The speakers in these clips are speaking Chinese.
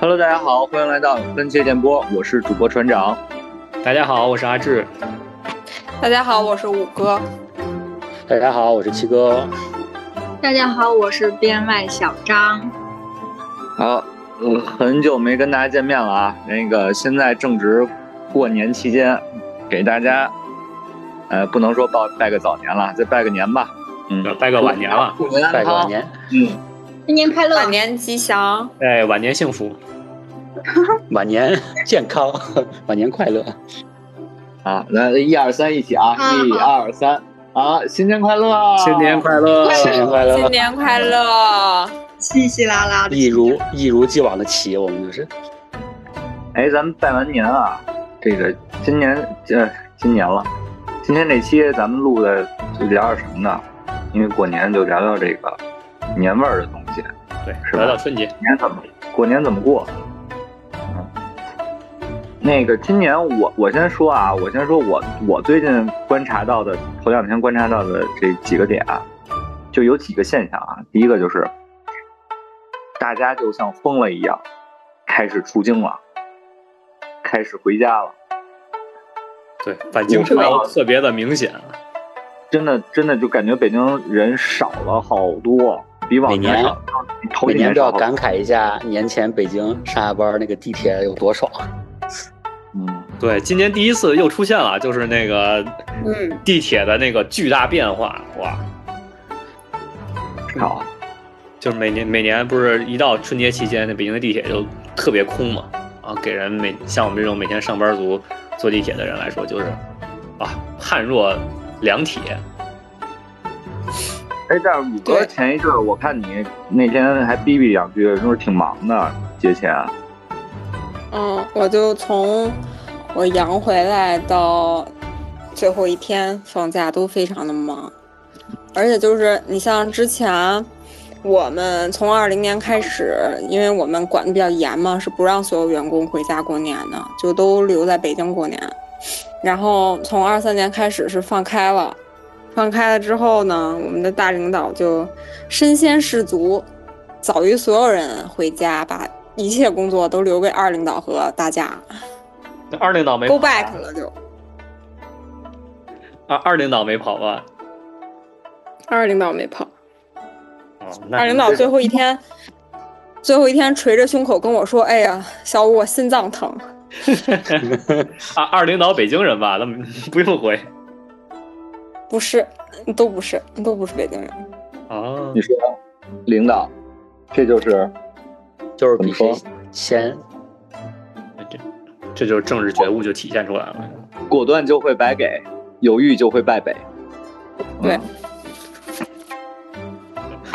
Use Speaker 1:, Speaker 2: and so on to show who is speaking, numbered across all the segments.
Speaker 1: Hello，大家好，欢迎来到分切电波，我是主播船长。
Speaker 2: 大家好，我是阿志。
Speaker 3: 大家好，我是五哥。
Speaker 4: 大家好，我是七哥。
Speaker 5: 大家好，我是编外小张。
Speaker 1: 好，呃，很久没跟大家见面了啊。那个现在正值过年期间，给大家，呃，不能说拜拜个早年了，再拜个年吧。嗯，
Speaker 2: 拜个晚年了，
Speaker 1: 祝您安
Speaker 4: 拜个晚
Speaker 1: 康。
Speaker 4: 年，
Speaker 1: 嗯，
Speaker 5: 新年快乐！
Speaker 3: 晚年吉祥，
Speaker 2: 哎，晚年幸福。
Speaker 4: 晚年健康， 晚年快乐。
Speaker 1: 啊，来一二三一起啊，
Speaker 5: 嗯
Speaker 1: 一二三，啊，新年快乐！
Speaker 2: 新年快乐！
Speaker 4: 呃新年快
Speaker 3: 新
Speaker 4: 乐！
Speaker 3: 年快乐！
Speaker 5: 稀稀拉拉的，
Speaker 4: 一如一如既往的齐，我们就是
Speaker 1: 哎，咱们拜完年啊，这个今年呃，今年了，今天这期咱们录的就聊点什么呢？因为过年就聊聊这个年味儿的东西，
Speaker 2: 对，
Speaker 1: 是吧
Speaker 2: 来到春节，
Speaker 1: 年怎么过年怎么过？嗯，那个今年我我先说啊，我先说我我最近观察到的头两天观察到的这几个点啊，就有几个现象啊。第一个就是大家就像疯了一样，开始出京了，开始回家了。
Speaker 2: 对，返京
Speaker 1: 我知道
Speaker 2: 潮特别的明显。
Speaker 1: 真的真的就感觉北京人少了好多，比往
Speaker 4: 每年
Speaker 1: 少，比头
Speaker 4: 每
Speaker 1: 几
Speaker 4: 年都
Speaker 1: 少
Speaker 4: 要
Speaker 1: 好多
Speaker 4: 感慨一下年前北京上下班那个地铁有多爽。
Speaker 1: 嗯，
Speaker 2: 对，今年第一次又出现了，就是那个
Speaker 3: 嗯，
Speaker 2: 地铁的那个巨大变化，哇！
Speaker 1: 少。
Speaker 3: 啊
Speaker 2: 就是每年每年不是一到春节期间，那北京的地铁就特别空嘛，啊，给人每像我们这种每天上班族坐地铁的人来说，就是啊，判若两铁。
Speaker 1: 哎，但是五哥
Speaker 3: 对
Speaker 1: 前一阵儿，我看你那天还逼逼两句，说挺忙的，节前。
Speaker 3: 嗯，我就从我阳回来到最后一天放假都非常的忙，而且就是你像之前我们从二零年开始，因为我们管的比较严嘛，是不让所有员工回家过年的，就都留在北京过年。然后从二三年开始是放开了，放开了之后呢，我们的大领导就身先士卒，早于所有人回家，把一切工作都留给二领导和大家
Speaker 2: 那二领导哦没
Speaker 3: ，go
Speaker 2: 跑啊吧
Speaker 3: back 了就。
Speaker 2: 二啊二领导没跑吧？
Speaker 3: 二领导没跑，
Speaker 2: 哦，那
Speaker 3: 二领导 最后一天，最后一天捶着胸口跟我说：“哎呀，小五，我心脏疼。
Speaker 2: 二啊二领导北京人吧，那么不用回”
Speaker 3: 不是，都不是，都不是北京人。
Speaker 2: 啊
Speaker 1: 你说，领导，这就是
Speaker 4: 就是
Speaker 1: 怎么
Speaker 4: 比谁
Speaker 1: 说
Speaker 4: 先
Speaker 2: 这这就是政治觉悟就体现出来了。
Speaker 1: 果断就会白给，犹豫就会败北。
Speaker 3: 对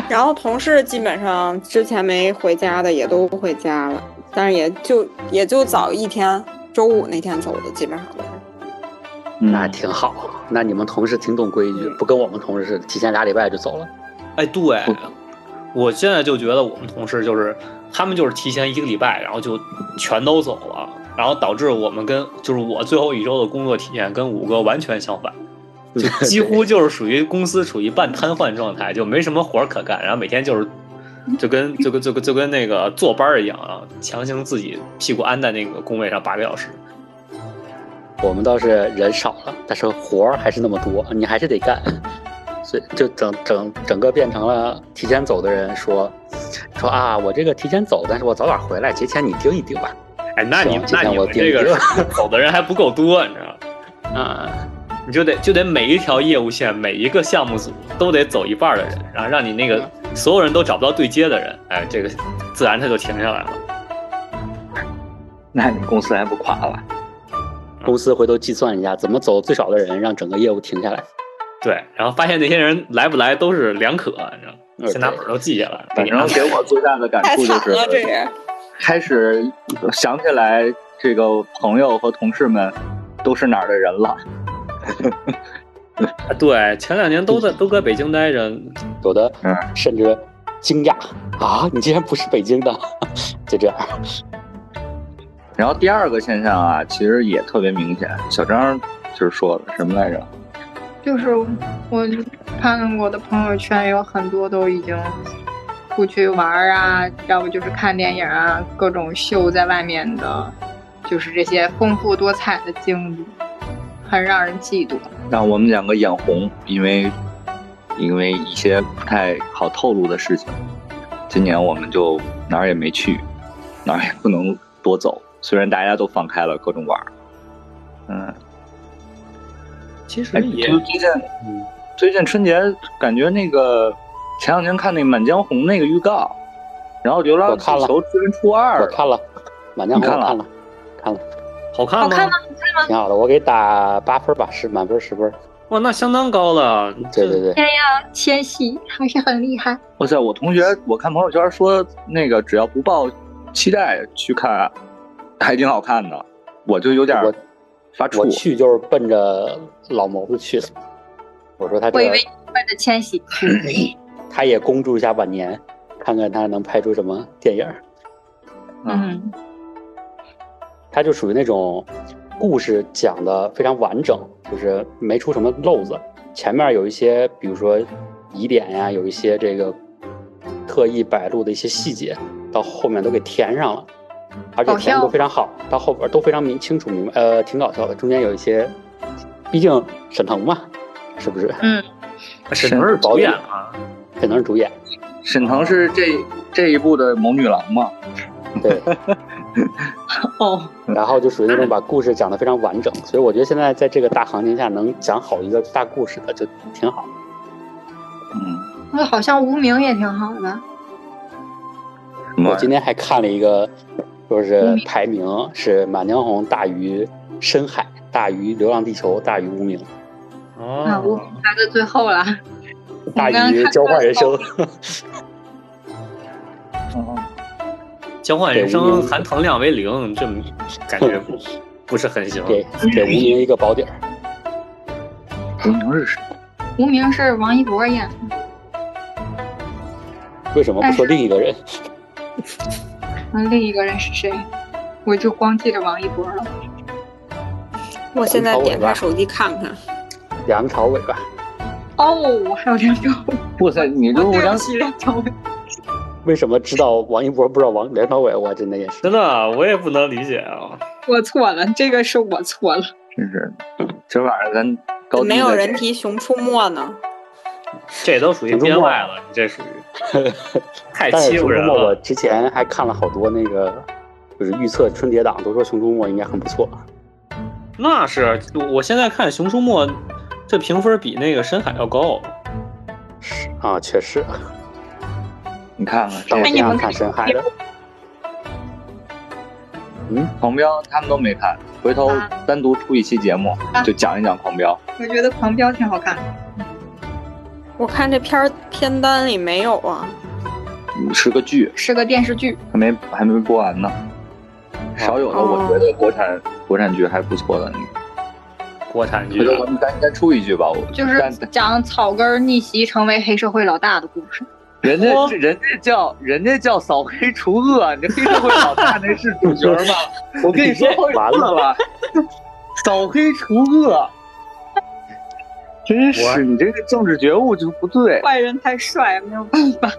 Speaker 3: 然后同事基本上之前没回家的也都回家了，但是也就也就早一天，周五那天走的，基本上都
Speaker 2: 哦
Speaker 3: 是。
Speaker 1: 嗯
Speaker 4: 那挺好，那你们同事挺懂规矩，不跟我们同事提前俩礼拜就走了。
Speaker 2: 哎，对
Speaker 1: 不，
Speaker 2: 我现在就觉得我们同事就是他们就是提前一个礼拜，然后就全都走了，然后导致我们跟就是我最后一周的工作体验跟五哥完全相反，就几乎就是属于公司处于半瘫痪状态，就没什么活儿可干，然后每天就是。就跟就跟就跟就跟那个坐班儿一样啊，强行自己屁股安在那个工位上八个小时。
Speaker 4: 我们倒是人少了，但是活儿还是那么多，你还是得干。 所以就整整整个变成了提前走的人说说啊，我这个提前走，但是我早点回来，节前你盯一盯吧。
Speaker 2: 哎，那你
Speaker 4: 行今
Speaker 2: 那
Speaker 4: 天
Speaker 2: 你
Speaker 4: 我
Speaker 2: 们
Speaker 4: 顶
Speaker 2: 这
Speaker 4: 你
Speaker 2: 个
Speaker 4: 了
Speaker 2: 走的人还不够多，你知道吗？
Speaker 4: 啊，
Speaker 2: 你就得就得每一条业务线、每一个项目组都得走一半的人，然后让你那个
Speaker 4: 嗯
Speaker 2: 所有人都找不到对接的人，哎，这个自然他就停下来了。
Speaker 1: 那你公司还不垮了？
Speaker 2: 嗯
Speaker 4: 公司回头计算一下，怎么走最少的人，让整个业务停下来。
Speaker 2: 对，然后发现那些人来不来都是两可，你知道吗？
Speaker 4: 嗯
Speaker 2: 先拿本儿都记下来了，
Speaker 1: 反正给我最大的感
Speaker 3: 太
Speaker 1: 触就
Speaker 3: 惨了，这
Speaker 1: 是，
Speaker 3: 也
Speaker 1: 开始想起来这个朋友和同事们都是哪儿的人了。
Speaker 2: 啊 对，前两年都在都搁北京待着，
Speaker 4: 嗯有的
Speaker 1: 嗯
Speaker 4: 甚至惊讶啊，你竟然不是北京的， 就这样。
Speaker 1: 然后第二个现象啊，其实也特别明显。小张就是说的什么来着？
Speaker 5: 就是我看我的朋友圈有很多都已经出去玩儿啊，要不就是看电影啊，各种秀在外面的，就是这些丰富多彩的经历，很让人嫉妒。
Speaker 1: 让我们两个眼红，因为因为一些不太好透露的事情，今年我们就哪儿也没去，哪儿也不能多走。虽然大家都放开了，各种玩儿，嗯，
Speaker 2: 其
Speaker 1: 哎，
Speaker 2: 实也
Speaker 1: 就最近
Speaker 2: 嗯
Speaker 1: 最近春节感觉那个前两天看那《满江红》那个预告，然后《流浪
Speaker 4: 我
Speaker 1: 地
Speaker 4: 看了
Speaker 1: 球》居然初二
Speaker 4: 我看了，满江
Speaker 1: 你
Speaker 4: 红
Speaker 1: 看
Speaker 4: 我看
Speaker 1: 了
Speaker 4: 了，看了，
Speaker 2: 好看
Speaker 5: 好
Speaker 2: 吗？
Speaker 5: 看
Speaker 4: 挺好的，我给打八分吧，十满分十分。
Speaker 2: 哇，那相当高了。
Speaker 4: 对
Speaker 2: 这
Speaker 4: 对对，
Speaker 5: 千玺还是很厉害，
Speaker 1: 哇塞！我同学，我看朋友圈说，那个只要不抱期待去看，还挺好看的。我就有点
Speaker 4: 我
Speaker 1: 发怵
Speaker 4: 我。去就是奔着老谋子去的。我说他
Speaker 5: 我
Speaker 4: 这
Speaker 5: 以
Speaker 4: 个
Speaker 5: 为你问的千 玺。
Speaker 4: 他也恭祝一下晚年，看看他能拍出什么电影儿。
Speaker 1: 嗯，
Speaker 5: 嗯，
Speaker 4: 他就属于那种故事讲的非常完整，就是没出什么漏子。前面有一些，比如说疑点呀，有一些这个特意摆露的一些细节，到后面都给填上了，而且
Speaker 5: 搞
Speaker 4: 填
Speaker 5: 笑
Speaker 4: 的都非常好，到后边都非常明清楚明白，呃，挺搞笑的。中间有一些，毕竟沈腾嘛，是不是？
Speaker 2: 沈腾是导演啊，
Speaker 4: 沈腾是主演，
Speaker 1: 沈腾是这这一部的谋女郎嘛？
Speaker 4: 对。
Speaker 5: 哦，
Speaker 4: 然后就属于那种把故事讲得非常完整，所以我觉得现在在这个大行情下，能讲好一个大故事的就挺好。
Speaker 1: 嗯，
Speaker 5: 那好像无名也挺好的，
Speaker 1: 什么
Speaker 4: 我
Speaker 1: 玩意儿
Speaker 4: 今天还看了一个，就是
Speaker 5: 无名
Speaker 4: 排名是《满江红》大于《深海》，大于《流浪地球》，大于《无名》，
Speaker 5: 啊，无
Speaker 2: 哦，
Speaker 5: 名排在最后了。
Speaker 4: 大
Speaker 5: 我刚
Speaker 4: 于
Speaker 5: 看
Speaker 4: 《交换人生》
Speaker 1: 嗯
Speaker 2: 交换人
Speaker 4: 对无
Speaker 2: 生
Speaker 4: 名
Speaker 2: 韩腾亮为零，这感觉不不是很行。
Speaker 4: 给给《无名》一个保底儿。
Speaker 1: 无名是谁？
Speaker 5: 无名是王一博演的，
Speaker 4: 为什么不说另一个人？
Speaker 5: 那另一个人是谁？我就光记着王一博了。
Speaker 3: 我现在点
Speaker 4: 吧
Speaker 3: 开手机看看，
Speaker 4: 梁朝伟吧？
Speaker 5: 哦，还有这种，
Speaker 1: 哇塞！你这我
Speaker 5: 对
Speaker 1: 当
Speaker 5: 不
Speaker 1: 时
Speaker 5: 起，梁朝伟。
Speaker 4: 为什么知道王一博不知道王梁朝伟？我真的也是。
Speaker 2: 真的，我也不能理解啊。
Speaker 5: 我错了，这个是我错了。
Speaker 1: 真是，今儿晚上咱高低
Speaker 3: 没有
Speaker 1: 再
Speaker 3: 人
Speaker 1: 给
Speaker 3: 提《熊出没》呢。
Speaker 2: 这都属于编外了，你这属于太
Speaker 4: 但是《
Speaker 2: 欺负
Speaker 4: 熊出
Speaker 2: 人
Speaker 4: 没》我
Speaker 2: 了。
Speaker 4: 之前还看了好多那个，就是预测春节档，都说《熊出没》应该很不错。
Speaker 2: 那是，我我现在看《熊出没》，这评分比那个《深海》要高。
Speaker 4: 啊，确实，
Speaker 1: 你看看
Speaker 4: 但
Speaker 5: 哎
Speaker 1: 这
Speaker 4: 我挺
Speaker 5: 你
Speaker 4: 想
Speaker 5: 们
Speaker 4: 看深海的。嗯
Speaker 1: 狂飙，他们都没看，回头
Speaker 5: 啊
Speaker 1: 单独出一期节目
Speaker 5: 啊
Speaker 1: 就讲一讲狂飙。
Speaker 5: 我觉得《狂飙》挺好看的，
Speaker 3: 我看这片儿片单里没有啊，
Speaker 1: 是个剧，
Speaker 5: 是个电视剧。
Speaker 1: 还没还没播完呢。
Speaker 2: 哦
Speaker 1: 少有的，我
Speaker 3: 哦
Speaker 1: 觉得国产、国产剧还不错的。你
Speaker 2: 国产剧啊
Speaker 1: 回头我们咱咱出一句吧，我
Speaker 5: 就是
Speaker 1: 但但
Speaker 5: 讲草根儿逆袭成为黑社会老大的故事。
Speaker 1: 人家
Speaker 2: 嚯
Speaker 1: 人家叫人家叫扫黑除恶，啊你黑社会老大那是主角 吗？我跟你说
Speaker 4: 完了
Speaker 1: 吧，啊扫黑除恶，真是你这个政治觉悟就不对。
Speaker 5: 坏人太帅，没有办法。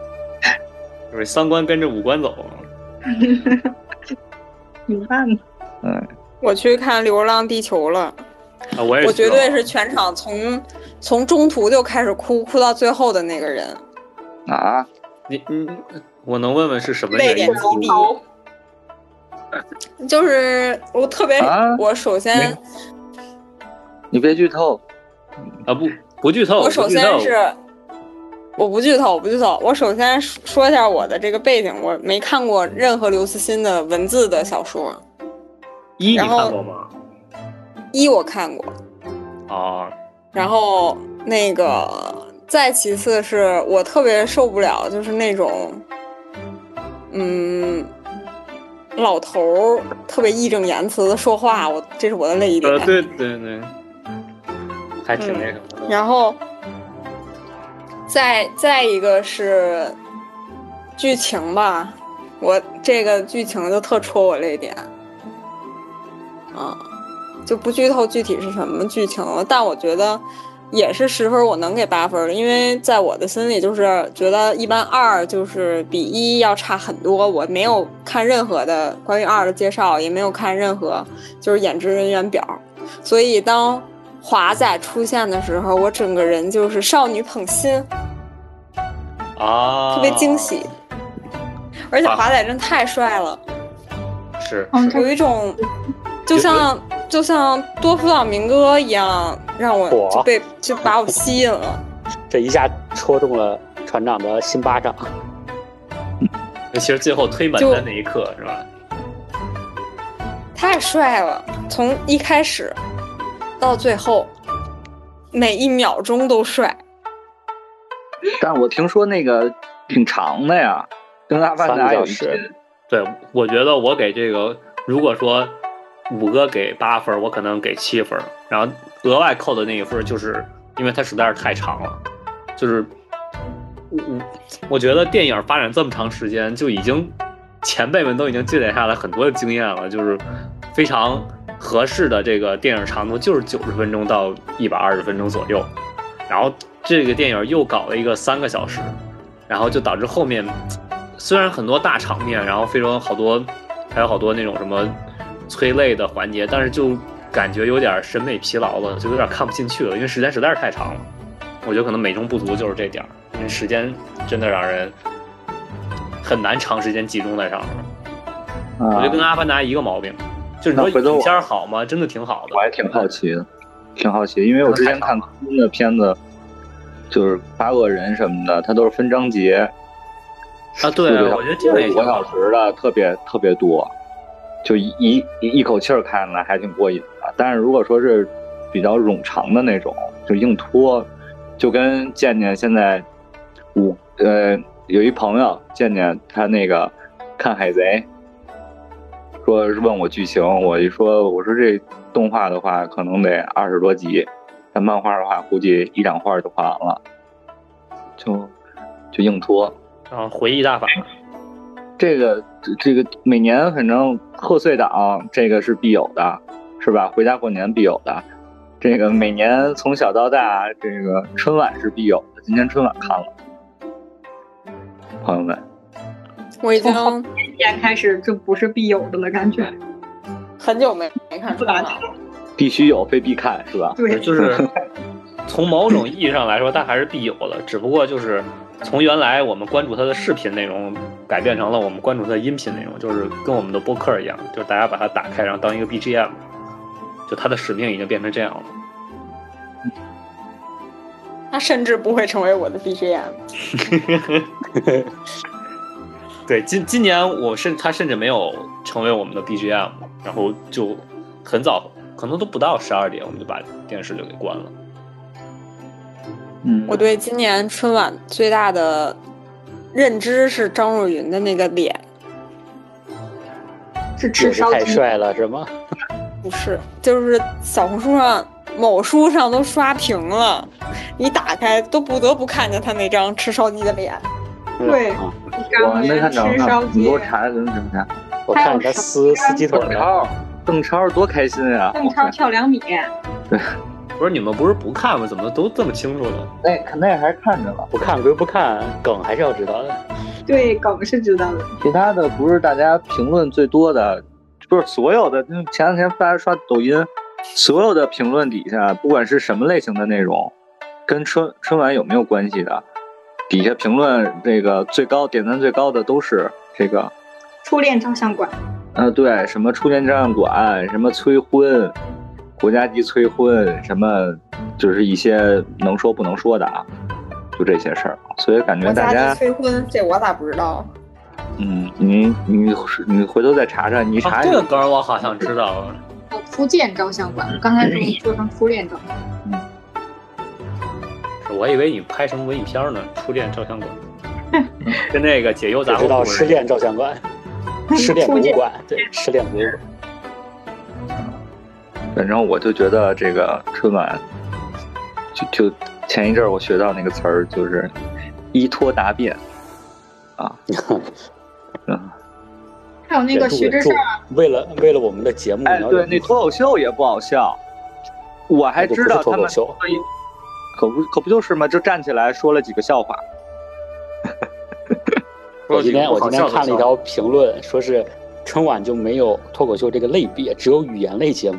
Speaker 2: 就是三观跟着五官走。
Speaker 5: 有办法。
Speaker 3: 我去看《流浪地球》了，
Speaker 2: 啊，我也
Speaker 3: 我绝对是全场从从中途就开始哭，哭到最后的那个人。
Speaker 1: 啊，
Speaker 2: 你你，我能问问是什么
Speaker 3: 泪
Speaker 2: 原因
Speaker 3: 点
Speaker 2: 哭
Speaker 3: 极？低。就是我特别，
Speaker 1: 啊
Speaker 3: 我首先
Speaker 1: 没你别剧透，
Speaker 2: 啊不不剧透，
Speaker 3: 我首
Speaker 2: 不剧
Speaker 3: 先
Speaker 2: 透
Speaker 3: 是，我不剧透，我不剧透。我首先说一下我的这个背景，我没看过任何刘慈欣的文字的小说。
Speaker 2: 一你
Speaker 3: 然后
Speaker 2: 看过吗？
Speaker 3: 一我看过，
Speaker 2: 啊，
Speaker 3: 然后那个再其次是我特别受不了，就是那种，嗯，老头儿特别义正言辞的说话，我这是我的泪点。
Speaker 2: 呃对对对，还挺那什么的。
Speaker 3: 然后再再一个是剧情吧，我这个剧情就特戳我泪点，啊，就不剧透具体是什么剧情了，但我觉得也是十分，我能给八分儿，因为在我的心里就是觉得一般二就是比一要差很多。我没有看任何的关于二的介绍，也没有看任何就是演职人员表，所以当华仔出现的时候，我整个人就是少女捧心，
Speaker 2: 啊，
Speaker 3: 特别惊喜。而且
Speaker 2: 啊
Speaker 3: 华仔真太帅了，
Speaker 2: 是，
Speaker 4: 啊
Speaker 5: 嗯
Speaker 2: 是
Speaker 5: 对
Speaker 3: 有一种就像就像多弗朗明哥一样，让我
Speaker 4: 火
Speaker 3: 就被就把我吸引了。
Speaker 4: 这一下戳中了船长的心巴掌。
Speaker 2: 其实最后推门
Speaker 3: 就
Speaker 2: 的那一刻是吧？
Speaker 3: 太帅了！从一开始到最后，每一秒钟都帅。
Speaker 1: 但是我听说那个挺长的呀，跟阿凡达有一
Speaker 4: 三个小
Speaker 1: 拼。
Speaker 2: 对，我觉得我给这个，如果说五哥给八分儿，我可能给七分儿，然后额外扣的那一分儿，就是因为它实在是太长了，就是我我我觉得电影发展这么长时间，就已经前辈们都已经积累下来很多的经验了，就是非常合适的这个电影长度就是九十分钟到一百二十分钟左右，然后这个电影又搞了一个三个小时，然后就导致后面虽然很多大场面，然后非常好多，还有好多那种什么催泪的环节，但是就感觉有点审美疲劳了，就有点看不进去了，因为时间实在是太长了。我觉得可能美中不足就是这点儿，因为时间真的让人很难长时间集中在上面。我
Speaker 1: 啊
Speaker 2: 觉得，跟《阿凡达》一个毛病，就是你说
Speaker 1: 那回头我
Speaker 2: 影片儿好吗？真的挺好的，
Speaker 1: 我还挺好奇的，挺好奇，因为我之前看科恩的片子，就是《八恶人》什么的，它都是分章节，
Speaker 2: 啊。对啊，我觉得这个也
Speaker 1: 五
Speaker 2: 挺
Speaker 1: 个
Speaker 2: 好
Speaker 1: 小
Speaker 2: 的。
Speaker 1: 时的特别特别多，就一一一一口气儿看了还挺过瘾的。但是如果说是比较冗长的那种，就硬拖，就跟健健现在五呃有一朋友健健他那个看海贼，说是问我剧情，我一说我说这动画的话可能得二十多集，但漫画的话估计一两画就画完了，就就硬拖。
Speaker 2: 然后回忆大法，
Speaker 1: 这个这个每年反正贺岁档这个是必有的，是吧？回家过年必有的，这个每年从小到大，这个春晚是必有的。今年春晚看了，朋友们，
Speaker 3: 我已经
Speaker 5: 今天开始就不是必有的了，感觉
Speaker 3: 很久没没看春晚了。
Speaker 1: 必须有，非必看，是吧？
Speaker 5: 对，
Speaker 2: 就是 从某种意义上来说，它还是必有的，只不过就是从原来我们关注它的视频内容，改变成了我们关注它的音频内容，就是跟我们的播客一样，就是大家把它打开，然后当一个 BGM，就它的使命已经变成这样了。
Speaker 3: 它甚至不会成为我的 BGM。
Speaker 2: 对，今今年我甚它甚至没有成为我们的 BGM，然后就很早，可能都不到十二点，我们就把电视就给关了。
Speaker 1: 嗯
Speaker 3: 我对今年春晚最大的认知是张若昀的那个脸，
Speaker 5: 是
Speaker 4: 有
Speaker 5: 吃
Speaker 4: 的
Speaker 5: 烧
Speaker 4: 太
Speaker 5: 鸡，
Speaker 4: 帅了，是吗？
Speaker 3: 不是，就是小红书上。某书上都刷屏了，你打开都不得不看见他那张吃烧鸡的脸。
Speaker 5: 对
Speaker 4: 啊
Speaker 1: 我还没看着
Speaker 5: 吃
Speaker 1: 呢
Speaker 5: 烧，
Speaker 1: 你
Speaker 5: 鸡
Speaker 1: 给。我查查怎么怎么查。
Speaker 4: 我看你他撕撕鸡腿
Speaker 1: 邓
Speaker 4: 了，
Speaker 1: 超，邓超多开心啊！
Speaker 5: 邓超跳两米，
Speaker 2: 不是你们不是不看吗？怎么都这么清楚呢？
Speaker 1: 那那还看着了，
Speaker 4: 不看归不看，梗还是要知道的。
Speaker 5: 对梗是知道的。
Speaker 1: 其他的不是大家评论最多的，不是所有的。就是前两天大家刷抖音，所有的评论底下，不管是什么类型的内容，跟春春晚有没有关系的，底下评论这个最高点赞最高的都是这个，
Speaker 5: 初恋照相馆，
Speaker 1: 呃，对，什么初恋照相馆，什么催婚，国家级催婚，什么就是一些能说不能说的啊，就这些事儿。所以感觉
Speaker 3: 我
Speaker 1: 大
Speaker 3: 家
Speaker 1: 家
Speaker 3: 鸡，催婚，这我咋不知道？
Speaker 1: 嗯，你你你回头再查查，你一查
Speaker 2: 啊，
Speaker 1: 你
Speaker 2: 这个梗儿我好像知道了。
Speaker 5: 哦，初见照相馆，刚才说说成初恋照相馆，
Speaker 2: 我还以为你拍什么文艺片儿呢，《初恋照相 馆》，跟那个解忧
Speaker 4: 只
Speaker 2: 杂货
Speaker 4: 知道
Speaker 2: 铺
Speaker 4: 失
Speaker 2: 似的。
Speaker 4: 恋照相馆、失恋博物馆，对，失恋博物馆。
Speaker 1: 反正我就觉得这个春晚，就就前一阵儿我学到那个词儿就是“依托答辩啊
Speaker 5: 还 有那个徐志胜，
Speaker 4: 为了为了我们的节目，”。
Speaker 1: 哎
Speaker 4: 你要，
Speaker 1: 对，
Speaker 4: 忍
Speaker 1: 那
Speaker 4: 住
Speaker 1: 脱口秀也不好笑，我还
Speaker 4: 那个
Speaker 1: 知
Speaker 4: 不是
Speaker 1: 道
Speaker 4: 脱
Speaker 1: 他
Speaker 4: 口
Speaker 1: 们
Speaker 4: 秀，
Speaker 1: 可不可不就是嘛？就站起来说了几个笑话，
Speaker 4: 我今天我今天看了一条评论，说是春晚就没有脱口秀这个类别，只有语言类节目，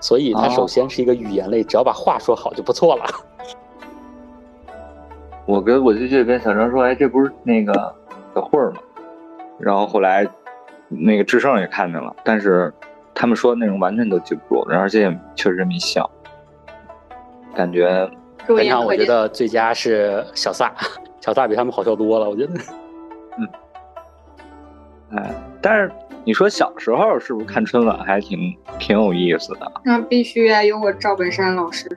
Speaker 4: 所以它
Speaker 1: 哦
Speaker 4: 首先是一个语言类，只要把话说好就不错了。
Speaker 1: 我跟我就去跟小张说，哎，这不是那个小慧儿吗？然后后来那个智胜也看见了，但是他们说的内容完全都记不住，然后而且也确实没笑，感觉
Speaker 5: 肉
Speaker 4: 本
Speaker 5: 眼
Speaker 4: 场我
Speaker 5: 可
Speaker 4: 觉
Speaker 5: 见。
Speaker 4: 得最佳是小撒，小撒比他们好笑多了，我觉得。
Speaker 1: 哎，但是你说小时候是不是看春晚还挺挺有意思的？
Speaker 5: 那必须呀，有我赵本山老师。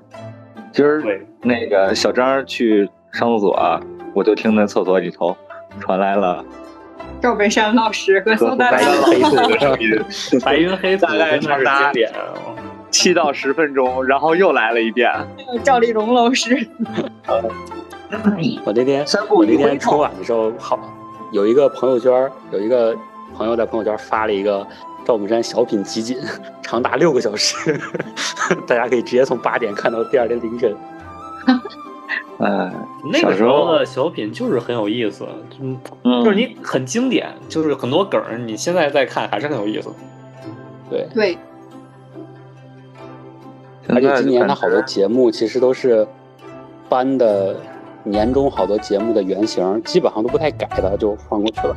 Speaker 1: 今儿
Speaker 2: 对，
Speaker 1: 那个小张去上厕所，我就听那厕所里头传来了
Speaker 5: 赵本山老师和
Speaker 1: 和
Speaker 5: 宋丹
Speaker 1: 白
Speaker 5: 丹
Speaker 1: 云
Speaker 5: 老
Speaker 1: 黑
Speaker 5: 师，
Speaker 1: 土的声音，
Speaker 2: 白云黑子
Speaker 1: 大概
Speaker 2: 真的
Speaker 1: 长
Speaker 2: 是
Speaker 1: 达
Speaker 2: 经典啊。
Speaker 1: 七到十分钟，然后又来了一遍。呃
Speaker 5: 赵丽蓉老师，
Speaker 4: 我那天
Speaker 1: 三步
Speaker 4: 我那
Speaker 1: 一回
Speaker 4: 天春晚的时候，好有一个朋友圈儿，有一个朋友在朋友圈发了一个赵本山小品集锦，长达六个小时， 大家可以直接从八点看到第二天凌晨。
Speaker 1: 哎，
Speaker 2: 那个时候的小品就是很有意思，嗯，
Speaker 1: 嗯
Speaker 2: 就是你很经典，就是很多梗儿，你现在再看还是很有意思。
Speaker 4: 对，
Speaker 5: 对，
Speaker 1: 现
Speaker 4: 而且
Speaker 1: 在
Speaker 4: 今
Speaker 1: 就
Speaker 4: 年
Speaker 1: 感
Speaker 4: 他好多
Speaker 1: 觉
Speaker 4: 节目其实都是搬的年终好多节目的原型，基本上都不太改的，就放过去了。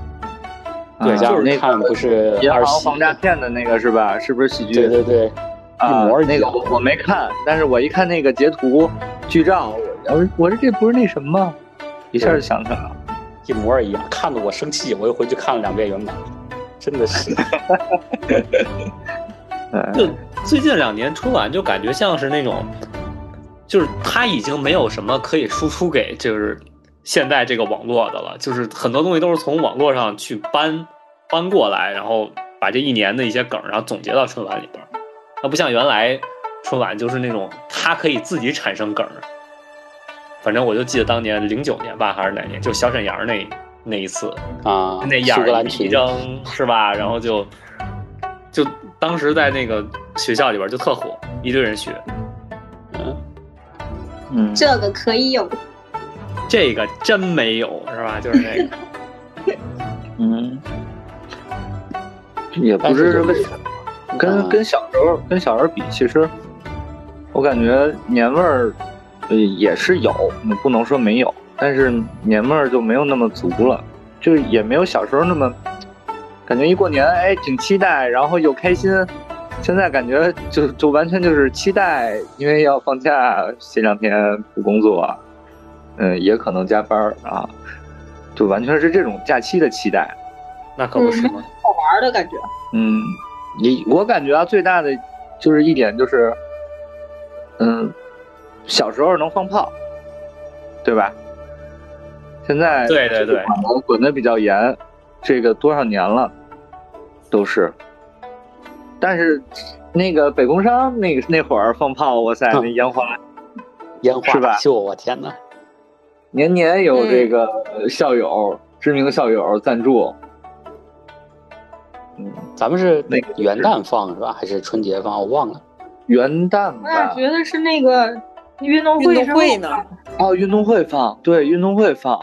Speaker 1: 啊
Speaker 4: 对，像我
Speaker 1: 那
Speaker 4: 们看
Speaker 1: 个
Speaker 4: 不是
Speaker 1: 银
Speaker 4: 二
Speaker 1: 行
Speaker 4: 喜
Speaker 1: 防，诈骗的那个是吧？是不是喜剧？
Speaker 4: 对对对，
Speaker 1: 啊
Speaker 4: 一模，一样
Speaker 1: 那个我我没看，但是我一看那个截图剧照，我我说我说这不是那什么吗？一下就想起来了。
Speaker 4: 一模一样，看得我生气，我又回去看了两遍原版，真的是。
Speaker 1: 哎
Speaker 2: 就最近两年春晚就感觉像是那种，就是他已经没有什么可以输出给就是现在这个网络的了，就是很多东西都是从网络上去搬搬过来，然后把这一年的一些梗儿，然后总结到春晚里边儿。那不像原来春晚就是那种他可以自己产生梗儿。反正我就记得当年零九年吧，还是哪年，就小沈阳那那一次，
Speaker 4: 啊，
Speaker 2: 那眼
Speaker 4: 苏格
Speaker 2: 儿
Speaker 4: 兰
Speaker 2: 一
Speaker 4: 群
Speaker 2: 迷睁是吧？然后就就当时在那个学校里边就特火，一堆人学
Speaker 1: 嗯，
Speaker 5: 这个可以有。
Speaker 2: 这个真没有是吧？就是那个
Speaker 1: 嗯，也不
Speaker 4: 但是
Speaker 1: 是
Speaker 4: 就
Speaker 1: 为
Speaker 4: 是
Speaker 1: 什么，
Speaker 2: 啊嗯
Speaker 1: 跟跟小时候跟小时候比，其实我感觉年味儿呃也是有，你不能说没有，但是年味儿就没有那么足了，就也没有小时候那么感觉一过年哎挺期待，然后又开心。现在感觉就就完全就是期待，因为要放假，歇两天不工作，嗯，也可能加班儿啊，就完全是这种假期的期待。
Speaker 2: 那可不是吗？
Speaker 5: 嗯好玩的感觉。
Speaker 1: 嗯，你我感觉啊，最大的就是一点就是，嗯，小时候能放炮，对吧？现在
Speaker 2: 啊对对对
Speaker 1: 管的管的比较严，这个多少年了， 都是。但是那个北工商那个那会儿放炮，哇塞，那烟花
Speaker 4: 嗯烟花
Speaker 1: 是吧
Speaker 4: 大秀，我天哪！
Speaker 1: 年年有这个呃校友、知名校友赞助，嗯，
Speaker 4: 咱们是
Speaker 1: 那个是
Speaker 4: 元旦放是吧？还是春节放？我忘了。
Speaker 1: 元旦吧，
Speaker 5: 我
Speaker 4: 啊
Speaker 5: 俩觉得是那个运动
Speaker 3: 运
Speaker 5: 会
Speaker 3: 动
Speaker 5: 之后
Speaker 3: 会呢？
Speaker 1: 哦，运动会放，对，运动会放，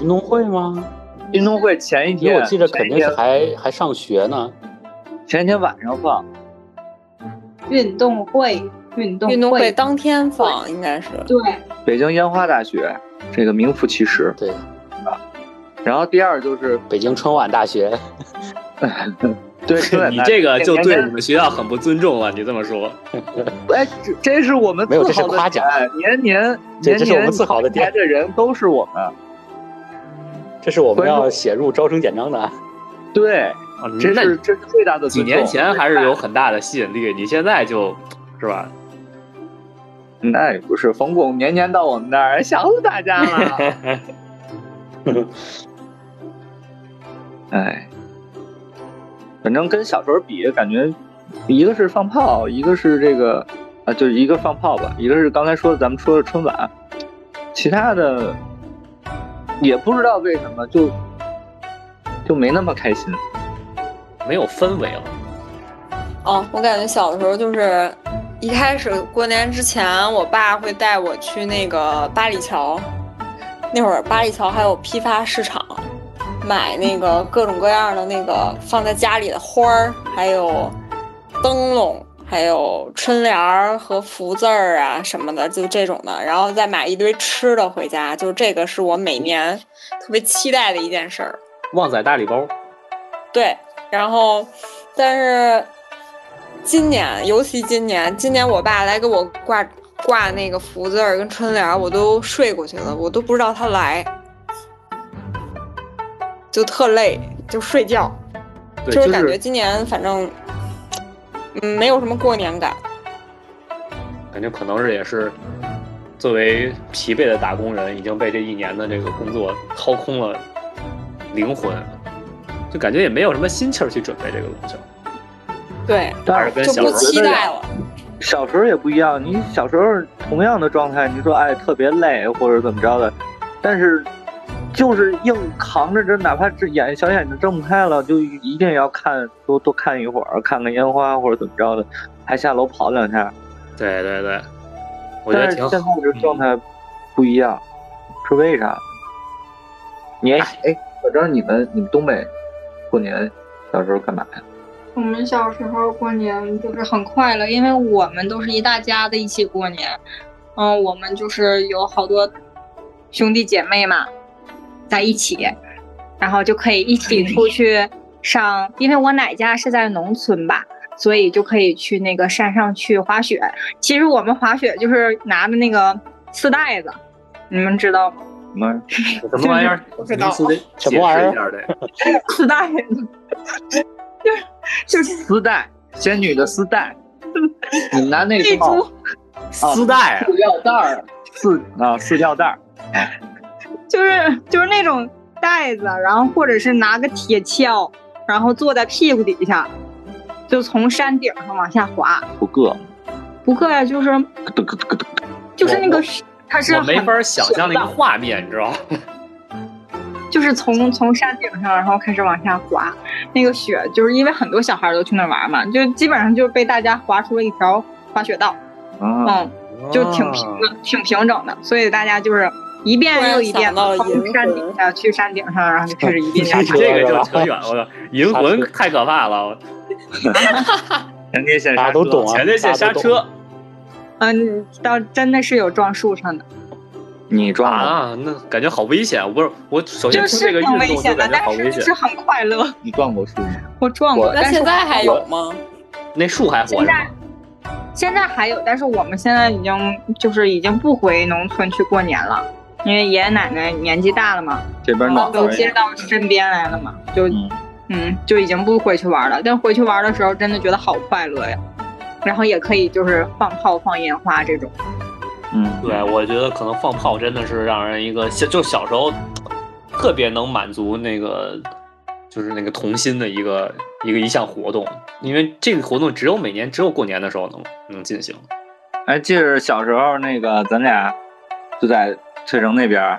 Speaker 4: 运动会吗？
Speaker 1: 运动会前一
Speaker 4: 因
Speaker 1: 天，
Speaker 4: 为我记得肯
Speaker 1: 前
Speaker 4: 定
Speaker 1: 一
Speaker 4: 是
Speaker 1: 天
Speaker 4: 还还上学呢。
Speaker 1: 前一天晚上放，
Speaker 5: 运动会，运动
Speaker 3: 运动会
Speaker 5: 会，
Speaker 3: 当天放应该是，
Speaker 5: 对，
Speaker 1: 北京烟花大学，这个名副其实。
Speaker 4: 对，
Speaker 1: 然后第二就是
Speaker 4: 北京春晚大学，
Speaker 1: 对春晚
Speaker 2: 你
Speaker 1: 大学，
Speaker 2: 这个就
Speaker 1: 年
Speaker 2: 对
Speaker 1: 年
Speaker 2: 你们学校很不尊重了。你这么说，
Speaker 1: 哎，这这是我们
Speaker 4: 没有
Speaker 1: 自
Speaker 4: 这是
Speaker 1: 豪的
Speaker 4: 夸奖
Speaker 1: 哎年年
Speaker 4: 对
Speaker 1: 年
Speaker 4: 这是我们
Speaker 1: 年
Speaker 4: 自豪的点
Speaker 1: 来的人都是我们，
Speaker 4: 这是我们
Speaker 1: 关注
Speaker 4: 要写入招生简章的啊。
Speaker 1: 对，
Speaker 2: 啊你
Speaker 1: 这
Speaker 2: 那
Speaker 1: 是这是最大的
Speaker 2: 几
Speaker 1: 尊重。
Speaker 2: 年前还是有很大的吸引力，你现在就是吧？
Speaker 1: 那也不是，冯巩年年到我们那儿，想死大家 了。哎，反正跟小时候比，感觉一个是放炮，一个是这个啊，就是一个放炮吧，一个是刚才说的咱们说的春晚，其他的也不知道为什么就就没那么开心。
Speaker 2: 没有氛围了，
Speaker 3: 哦，我感觉小的时候就是一开始过年之前，我爸会带我去那个八里桥，那会儿八里桥还有批发市场，买那个各种各样的那个放在家里的花儿，还有灯笼，还有春联儿和福字儿啊什么的，就这种的，然后再买一堆吃的回家，就这个是我每年特别期待的一件事儿。
Speaker 2: 旺仔大礼包，
Speaker 3: 对，然后但是今年，尤其今年，今年我爸来给我挂挂那个福字儿跟春联儿，我都睡过去了，我都不知道他来，就特累，就睡觉，
Speaker 2: 对，
Speaker 3: 就
Speaker 2: 就是
Speaker 3: 感觉今年反正嗯没有什么过年感，
Speaker 2: 感觉可能是也是作为疲惫的打工人，已经被这一年的这个工作掏空了灵魂，就感觉也没有什么心气儿去准备这个东西了，
Speaker 3: 对，
Speaker 2: 还是跟
Speaker 3: 就
Speaker 2: 小
Speaker 3: 不
Speaker 2: 时候
Speaker 3: 期待了。
Speaker 1: 小时候也不一样，你小时候同样的状态，你说哎特别累或者怎么着的，但是就是硬扛着这，哪怕这眼小眼睛睁不开了，就一定要看多多看一会儿，看看烟花或者怎么着的，还下楼跑两下。
Speaker 2: 对对对，我觉
Speaker 1: 但
Speaker 2: 得
Speaker 1: 是
Speaker 2: 挺
Speaker 1: 现
Speaker 2: 好嗯
Speaker 1: 在。这状态不一样，是为啥？你哎，我知道你们你们东北过年小时候干嘛呀？
Speaker 5: 我们小时候过年就是很快乐，因为我们都是一大家子一起过年。嗯，我们就是有好多兄弟姐妹嘛，在一起，然后就可以一起出去上。因为我奶家是在农村吧，所以就可以去那个山上去滑雪。其实我们滑雪就是拿的那个丝带子，你们知道吗？
Speaker 1: 你们
Speaker 2: 什么玩意儿？
Speaker 3: 不知道
Speaker 2: 名词得
Speaker 4: 什么玩意
Speaker 2: 解
Speaker 4: 儿
Speaker 2: 释一下这个
Speaker 5: 丝 带子，就是
Speaker 1: 丝带，仙女的丝带，你们拿那
Speaker 5: 就是
Speaker 1: 个
Speaker 5: 一株
Speaker 2: 丝带啊，
Speaker 1: 塑料袋儿，塑啊塑料袋儿，
Speaker 5: 就是就是那种袋子，然后或者是拿个铁锹，然后坐在屁股底下，就从山顶上往下滑。
Speaker 1: 不硌，
Speaker 5: 不过呀，就是
Speaker 1: 咯噔咯噔咯噔，
Speaker 5: 就是那
Speaker 2: 我
Speaker 5: 个
Speaker 2: 我
Speaker 5: 它是
Speaker 2: 我没
Speaker 5: 很
Speaker 2: 法想象那个画面，你知道吗？
Speaker 5: 就是从从山顶上，然后开始往下滑。那个雪就是因为很多小孩都去那玩嘛，就基本上就被大家滑出了一条滑雪道，
Speaker 1: 啊，
Speaker 5: 嗯，就挺平
Speaker 2: 啊
Speaker 5: 的，挺平整的，所以大家就是。一
Speaker 3: 突
Speaker 5: 遍
Speaker 3: 然
Speaker 5: 又一遍
Speaker 3: 想到
Speaker 5: 的
Speaker 3: 了银
Speaker 5: 从山顶下去山顶上，然后就开始一遍
Speaker 4: 你
Speaker 5: 遍
Speaker 4: 这
Speaker 2: 这个就扯远了，我操银魂太可 怕 了，
Speaker 1: 前列腺
Speaker 4: 大
Speaker 1: 刹
Speaker 4: 家都
Speaker 1: 车，
Speaker 4: 懂啊，
Speaker 2: 前列腺
Speaker 4: 大
Speaker 2: 刹
Speaker 4: 家都懂
Speaker 2: 车
Speaker 5: 嗯，到真的是有撞树上的，
Speaker 1: 你撞了，
Speaker 2: 啊，那感觉好危险。我不是，我首先
Speaker 5: 就
Speaker 2: 听这
Speaker 5: 是
Speaker 2: 个运
Speaker 5: 挺
Speaker 2: 动
Speaker 5: 危
Speaker 2: 就
Speaker 5: 险的
Speaker 2: 感，觉好
Speaker 5: 但是
Speaker 2: 危
Speaker 5: 就
Speaker 2: 险
Speaker 5: 是。很快乐。
Speaker 1: 你撞过树吗？
Speaker 5: 我撞过，
Speaker 3: 那
Speaker 5: 但是
Speaker 3: 现在还有
Speaker 5: 我
Speaker 3: 吗？
Speaker 2: 那树还活着
Speaker 5: 现
Speaker 2: 吗
Speaker 5: 在？现在还有，但是我们现在已经就是已经不回农村去过年了，因为爷爷奶奶年纪大了嘛，
Speaker 1: 这边
Speaker 3: 脑
Speaker 1: 闹
Speaker 3: 子
Speaker 5: 都接到身边来了嘛，就
Speaker 1: 嗯
Speaker 5: 嗯就已经不回去玩了。但回去玩的时候，真的觉得好快乐呀。然后也可以就是放炮、放烟花这种，
Speaker 1: 嗯，
Speaker 2: 对，我觉得可能放炮真的是让人一个小，就小时候特别能满足那个就是那个童心的一个一个一项活动，因为这个活动只有每年只有过年的时候能能进行。
Speaker 1: 哎，记着小时候那个咱俩就在翠城那边，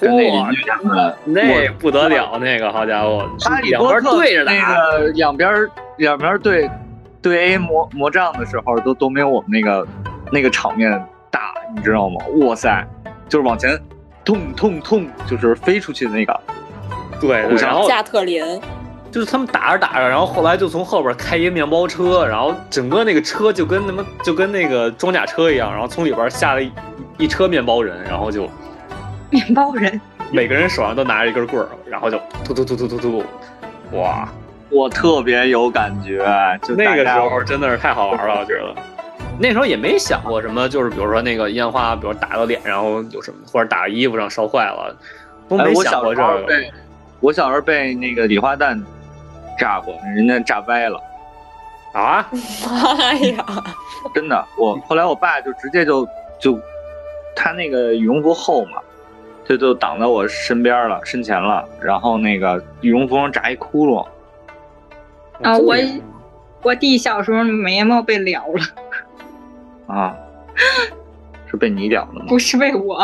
Speaker 1: 跟那邻居他们，
Speaker 2: 那不得了，那个好家伙，
Speaker 1: 哈利
Speaker 2: 两
Speaker 1: 波
Speaker 2: 边
Speaker 1: 特
Speaker 2: 对着
Speaker 1: 那
Speaker 2: 打，
Speaker 1: 个两边儿两边儿对对 A 魔魔杖的时候，都都没有我们那个那个场面大，你知道吗？哇塞，就是往前痛痛痛，就是飞出去的那个，
Speaker 2: 对，对
Speaker 1: 互相
Speaker 2: 然后
Speaker 3: 加特林，
Speaker 2: 就是他们打着打着，然后后来就从后边开一面包车，然后整个那个车就跟他妈就跟那个装甲车一样，然后从里边下了一一车面包人，然后就
Speaker 5: 面包人
Speaker 2: 每个人手上都拿着一根棍儿，然后就突突突突突突，哇，
Speaker 1: 我特别有感觉，就
Speaker 2: 那个时
Speaker 1: 大家
Speaker 2: 候真的是太好玩了，我觉得。那时候也没想过什么，就是比如说那个烟花，比如打到脸，然后有什么，或者打衣服上烧坏了，都
Speaker 1: 哎
Speaker 2: 没，
Speaker 1: 我
Speaker 2: 想
Speaker 1: 小
Speaker 2: 过
Speaker 1: 时
Speaker 2: 这
Speaker 1: 候
Speaker 2: 个。
Speaker 1: 被我小时候被那个礼花弹炸过，人家炸歪了。
Speaker 2: 啊，
Speaker 3: 哎呀，
Speaker 1: 真的，
Speaker 2: 嗯
Speaker 1: 我后来我爸就直接就就他那个羽绒服厚嘛，就就挡在我身边了，身前了，然后那个羽绒服上扎一窟窿，
Speaker 5: 啊，
Speaker 2: 哦这
Speaker 5: 我
Speaker 2: 个
Speaker 5: 我弟小时候眉毛被撩了，
Speaker 1: 啊，是被你咬的吗？
Speaker 5: 不是被我，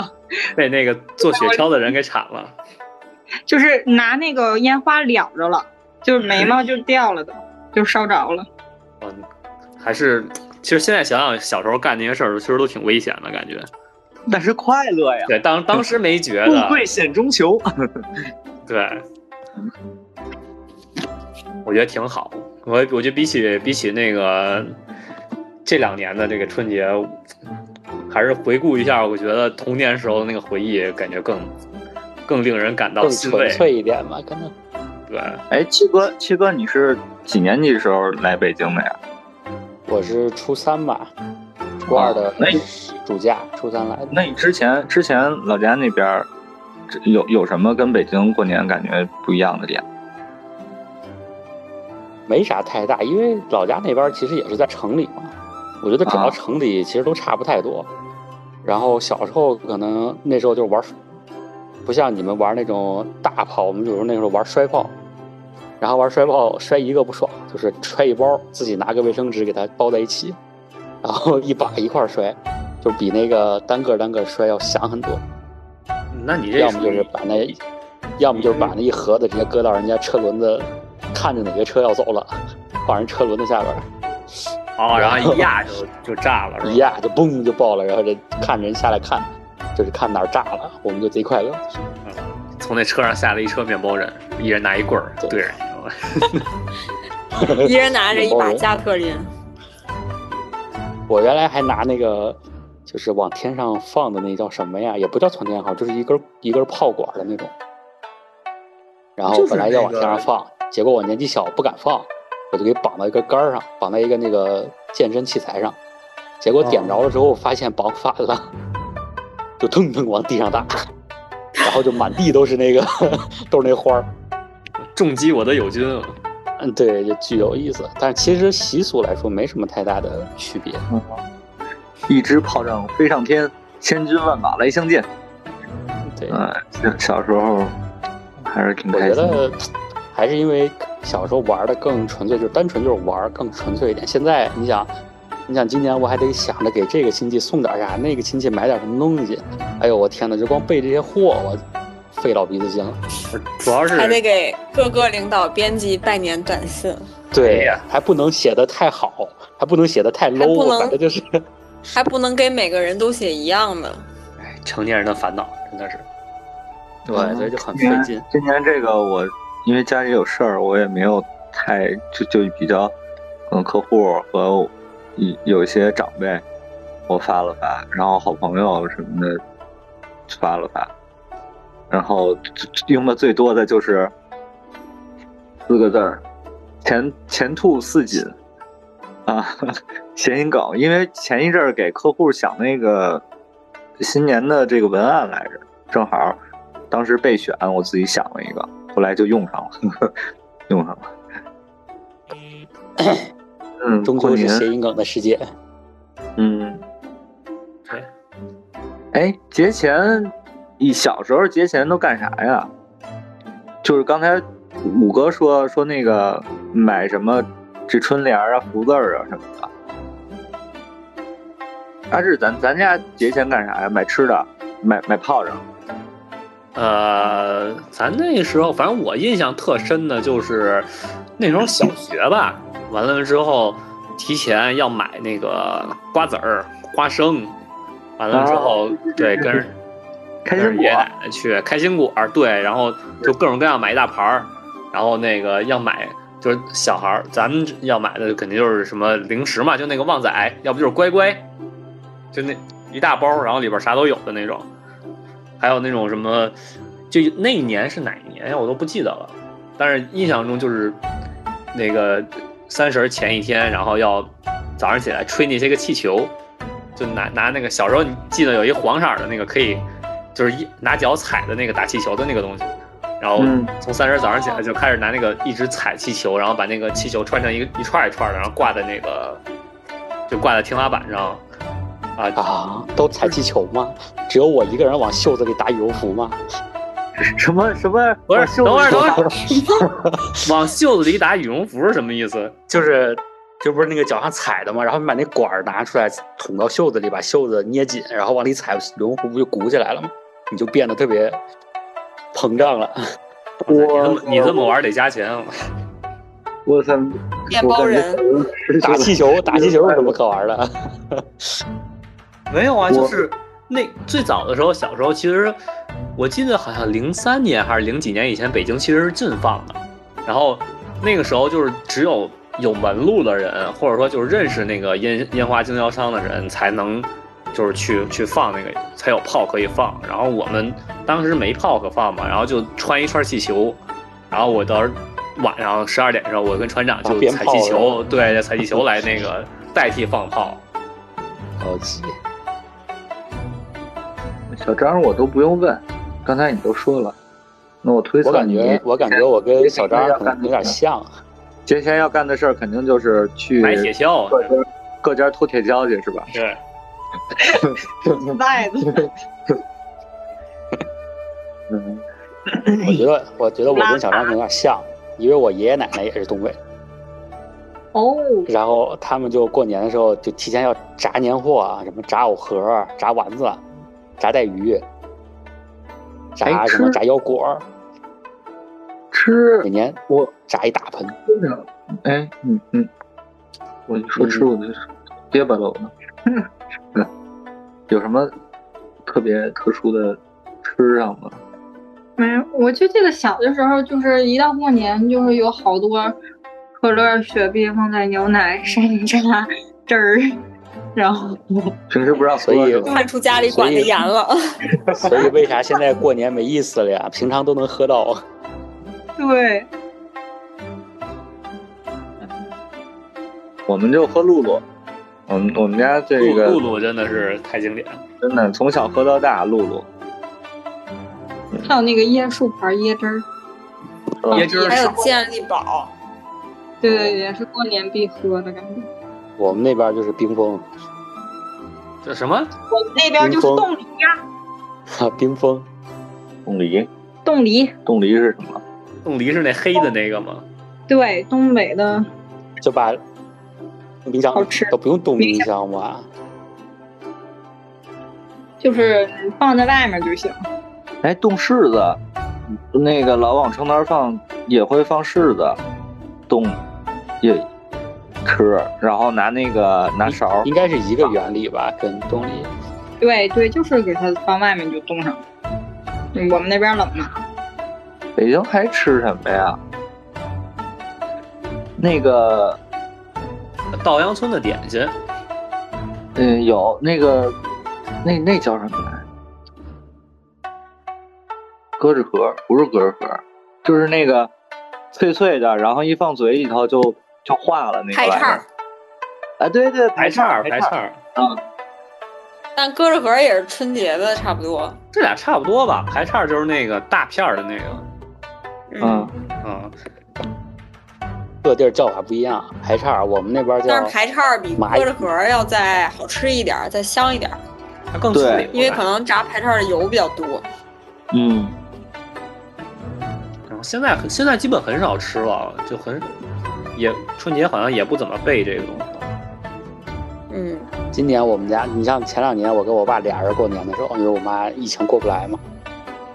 Speaker 2: 被那个做雪橇的人给铲了。
Speaker 5: 就是拿那个烟花燎着 了，就是眉毛就掉了的，就烧着了。
Speaker 2: 嗯，还是其实现在想想，小时候干那些事儿，其实都挺危险的感觉。
Speaker 1: 但是快乐呀，
Speaker 2: 对，当当时没觉
Speaker 1: 富
Speaker 2: 得，
Speaker 1: 贵险中求。
Speaker 2: 对，我觉得挺好。我我觉得比起比起那个这两年的这个春节，还是回顾一下，我觉得童年时候的那个回忆，感觉更更令 人感到
Speaker 4: 更
Speaker 2: 欣
Speaker 4: 纯
Speaker 2: 慰。
Speaker 4: 粹一点吧，可能
Speaker 2: 对，
Speaker 1: 哎，七哥，七哥，你是几年级的时候来北京的呀？
Speaker 4: 我是初三吧，初二的
Speaker 1: 哦那你
Speaker 4: 暑假，初三来的。
Speaker 1: 那你之前之前老家那边儿这有有什么跟北京过年感觉不一样的点？
Speaker 4: 没啥太大，因为老家那边其实也是在城里嘛。我觉得只
Speaker 1: 啊
Speaker 4: 要城里其实都差不太多。然后小时候可能那时候就玩，不像你们玩那种大炮，我们有时候那时候玩摔炮，然后玩摔炮摔一个不爽，就是摔一包，自己拿个卫生纸给它包在一起，然后一把一块儿摔，就比那个单个单个摔要响很多。
Speaker 2: 那你这
Speaker 4: 要么就是把那，要么就是把那一盒子直接搁到人家车轮子，看着哪个车要走了，放人车轮子下边儿，
Speaker 2: 哦，然后一压就就炸了，
Speaker 4: 一
Speaker 2: 是吧？
Speaker 4: 压就嘣就爆了，然后这看人下来看，就是看哪儿炸了，我们就贼快乐。
Speaker 2: 嗯从那车上下来一车面包人，一人拿一棍儿对着你。
Speaker 3: 一人拿着一把加特林，
Speaker 4: 我原来还拿那个，就是往天上放的那叫什么呀？也不叫窜天号，就是一根一根炮管的那种。然后
Speaker 2: 就是
Speaker 4: 本来要往
Speaker 2: 那
Speaker 4: 天
Speaker 2: 个
Speaker 4: 上放，结果我年纪小不敢放，我就给绑到一根杆儿上，绑在一个那个健身器材上。结果点着了之后，发现绑反了，就腾腾往地上打，然后就满地都是那个 都是那花儿。
Speaker 2: 重击我的友军，啊
Speaker 4: 嗯，对，就巨有意思。但其实习俗来说没什么太大的区别。
Speaker 1: 一支炮仗飞上天，千军万马来相见。
Speaker 4: 对，
Speaker 1: 嗯，小小时候还是挺
Speaker 4: 我
Speaker 1: 开
Speaker 4: 觉
Speaker 1: 心的。
Speaker 4: 得还是因为小时候玩的更纯粹，就是单纯就是玩儿更纯粹一点。现在你想，你想今年我还得想着给这个亲戚送点啥，那个亲戚买点什么东西。哎呦，我天呐，就光备这些货，我费老鼻子精。
Speaker 2: 主要是
Speaker 3: 还得给各个领导编辑拜年短信，
Speaker 2: 哎
Speaker 4: 对
Speaker 2: 呀，
Speaker 4: 还不能写的太好，还不能写的太
Speaker 3: 还不
Speaker 4: low，
Speaker 3: 能
Speaker 4: 反正就是
Speaker 3: 还不能给每个人都写一样的。
Speaker 2: 成年人的烦恼，真的是。
Speaker 4: 对，所以就很费
Speaker 1: 今
Speaker 4: 劲
Speaker 1: 年。今年这个我因为家里有事儿，我也没有太就就比较，嗯，客户和有有一些长辈，我发了发，然后好朋友什么的发了发，然后最用的最多的就是四个字儿：前前兔似锦。啊，谐音梗，因为前一阵儿给客户想那个新年的这个文案来着，正好当时备选，我自己想了一个，后来就用上了， 用上了。嗯，
Speaker 4: 终
Speaker 1: 过
Speaker 4: 究
Speaker 1: 年
Speaker 4: 是谐音梗的世界。
Speaker 1: 嗯，
Speaker 2: 对。
Speaker 1: 哎，节前，你小时候节前都干啥呀？就是刚才五哥说说那个买什么这春联儿啊、福字儿啊什么的。阿志，咱咱家节前干啥呀？买吃的，买买炮仗。
Speaker 2: 呃，咱那时候，反正我印象特深的就是那时候小学吧，完了之后提前要买那个瓜子儿、花生，完了之后、对跟着
Speaker 1: 哦 开
Speaker 2: 跟
Speaker 1: 心
Speaker 2: 着
Speaker 1: 果
Speaker 2: 爷爷奶奶去开心果儿，对，然后就各种各样买一大盘儿，然后那个要买就是小孩儿，咱们要买的肯定就是什么零食嘛，就那个旺仔，要不就是乖乖，就那一大包，然后里边啥都有的那种，还有那种什么，就那一年是哪一年呀，我都不记得了，但是印象中就是那个三十儿前一天，然后要早上起来吹那些个气球，就拿拿那个小时候你记得有一黄色儿的那个可以，就是一拿脚踩的那个打气球的那个东西，然后
Speaker 1: 嗯
Speaker 2: 从三十儿早上起来就开始拿那个一直踩气球，然后把那个气球穿成一个一串儿一串儿的，然后挂在那个就挂在天花板上。啊，
Speaker 4: 啊，都踩气球吗？只有我一个人往袖子里打羽绒服吗？
Speaker 1: 什么什么？
Speaker 2: 不是
Speaker 1: 我袖子
Speaker 2: 等会儿等会儿
Speaker 1: 上
Speaker 2: 往袖子里打羽绒服是什么意思？
Speaker 4: 就是就不是那个脚上踩的嘛，然后你把那管儿拿出来捅到袖子里，把袖子捏紧，然后往里踩，羽绒服不就鼓起来了吗？你就变得特别膨胀了。
Speaker 2: 啊你这么你这么玩得加钱，
Speaker 1: 我操！
Speaker 3: 面
Speaker 1: 我
Speaker 3: 包
Speaker 1: 感觉
Speaker 3: 人
Speaker 4: 打气球，打气球有什么可玩的？
Speaker 2: 没有啊，
Speaker 1: 我
Speaker 2: 就是那最早的时候，小时候其实我记得好像零三年还是零几年以前，北京其实是禁放的。然后那个时候就是只有有门路的人，或者说就是认识那个烟烟花经销商的人，才能就是去 去放那个，才有炮可以放。然后我们当时没炮可放嘛，然后就穿一串气球，然后我到时候晚上十二点的时候，我跟船长
Speaker 4: 啊
Speaker 2: 就
Speaker 4: 鞭
Speaker 2: 踩
Speaker 4: 炮
Speaker 2: 气
Speaker 4: 是吧
Speaker 2: 球，对，踩气球来那个代替放炮。
Speaker 4: 高级，
Speaker 1: 小张，我都不用问，刚才你都说了。那我推测
Speaker 4: 我感
Speaker 1: 你
Speaker 4: 觉我感觉我跟小张可能有点像，
Speaker 1: 接下来要干的事儿肯定就是去
Speaker 2: 买铁锹，
Speaker 1: 各家各家偷铁锹去是吧？
Speaker 2: 对，
Speaker 5: 外子，
Speaker 1: 嗯，
Speaker 4: 我觉得我觉得我跟小张可能有点像，因为我爷爷奶奶也是东北，
Speaker 5: 哦，
Speaker 4: 然后他们就过年的时候就提前要炸年货啊，什么炸藕盒、炸丸子、啊炸带鱼、炸
Speaker 1: 哎
Speaker 4: 什么
Speaker 1: 吃
Speaker 4: 炸腰果儿，
Speaker 1: 吃
Speaker 4: 每年
Speaker 1: 我
Speaker 4: 炸一大盆。
Speaker 1: 真的，哎，嗯嗯，我一说吃我就结巴了我呢。 嗯，有什么特别特殊的吃上吗？
Speaker 5: 没有，我就记得小的时候，就是一到过年，就是有好多可乐、雪碧、旺仔牛奶、山楂汁儿，然后
Speaker 1: 平时不让
Speaker 4: 所
Speaker 1: 喝
Speaker 4: 以
Speaker 1: 是吧？
Speaker 3: 看出家里管得严了。
Speaker 4: 所以 为啥现在过年没意思了呀？平常都能喝到。
Speaker 5: 对，
Speaker 1: 我们就喝露露。我们我们家这
Speaker 2: 露
Speaker 1: 个
Speaker 2: 露露真的是太经典了。
Speaker 1: 真的从小喝到大，露露。
Speaker 5: 还有那个椰树牌椰汁儿，
Speaker 4: 哦
Speaker 1: 嗯
Speaker 2: 椰汁
Speaker 3: 还
Speaker 2: 儿
Speaker 3: 有健力宝，
Speaker 5: 对对，也是过年必喝的感觉。
Speaker 4: 我们那边就是冰峰，
Speaker 2: 这什么？
Speaker 5: 我们那边就是冻梨呀、
Speaker 4: 哈，冰峰
Speaker 1: 冻梨，
Speaker 5: 冻梨，
Speaker 1: 冻梨是什么？
Speaker 2: 冻梨是那黑的那个吗？
Speaker 5: 对，东北的
Speaker 4: 就把冰箱
Speaker 5: 好吃
Speaker 4: 都不用冻冰箱吧？
Speaker 5: 就是放在外面就行。
Speaker 1: 哎，冻柿子，那个老往城头放，也会放柿子，冻也吃，然后拿那个拿勺儿
Speaker 4: 应该是一个原理吧，跟冻梨。
Speaker 5: 对对，就是给它放外面就冻上。嗯我们那边冷嘛，
Speaker 1: 北京还吃什么呀？那个，
Speaker 2: 稻香村的点心，
Speaker 1: 嗯，有那个，那那叫什么来？鸽子盒不是鸽子盒，就是那个脆脆的，然后一放嘴里头就就化了那
Speaker 3: 排
Speaker 1: 个玩意
Speaker 3: 叉
Speaker 1: 儿
Speaker 3: 儿。
Speaker 1: 啊，对对，
Speaker 2: 排叉儿，
Speaker 1: 排
Speaker 2: 排
Speaker 1: 叉
Speaker 2: 叉
Speaker 1: 儿。啊
Speaker 2: 儿，
Speaker 3: 但鸽子盒也是春节的，差不多。
Speaker 2: 这俩差不多吧？排叉儿就是那个大片儿的那个，
Speaker 1: 嗯，，
Speaker 2: 嗯，
Speaker 4: 各地儿叫法不一样，排叉儿我们那边叫
Speaker 3: 但是排叉儿比
Speaker 4: 蚂蚁
Speaker 3: 鸽子盒要再好吃一点儿，再香一点儿，
Speaker 2: 它更刺
Speaker 1: 对
Speaker 2: 激，
Speaker 3: 因为可能炸排叉儿的油比较多。
Speaker 1: 嗯，
Speaker 2: 然后现在现在基本很少吃了，就很也春节好像也不怎么备这个东西了。
Speaker 3: 嗯，
Speaker 4: 今年我们家，你像前两年我跟我爸俩人过年的时候，因为我妈疫情过不来嘛，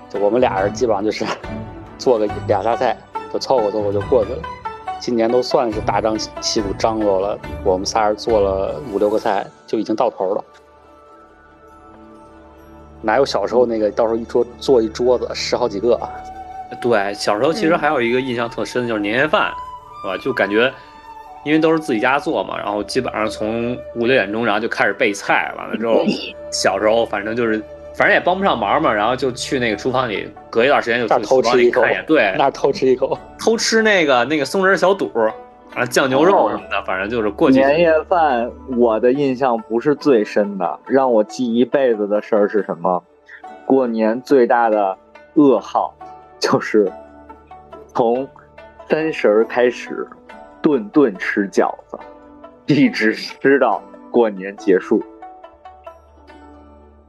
Speaker 4: 就我们俩人基本上就是 做个俩仨菜，就凑合凑合就过去了。今年都算是大张旗鼓张罗了，我们仨人做了五六个菜，就已经到头了。哪有小时候那个，到时候一桌做一桌子十好几个，啊
Speaker 2: 对，小时候
Speaker 4: 嗯
Speaker 2: 其实还有一个印象特深的就是年夜饭，是吧？就感觉，因为都是自己家做嘛，然后基本上从五六点钟，然后就开始备菜，完了之
Speaker 4: 嗯
Speaker 2: 后，小时候反正就是，反正也帮不上忙嘛，然后就去那个厨房里，隔一段时间就
Speaker 4: 那
Speaker 2: 去
Speaker 4: 偷
Speaker 2: 厨房
Speaker 4: 吃一
Speaker 2: 里
Speaker 4: 口
Speaker 2: 看一眼，，对，
Speaker 4: 那偷吃一口，
Speaker 2: 偷吃那个那个松仁小肚，啊，酱牛肉什么的，反正就是过去
Speaker 1: 年夜饭，我的印象不是最深的，让我记一辈子的事儿是什么？过年最大的噩耗就是从三十儿开始，顿顿吃饺子， 一直吃到过年结束。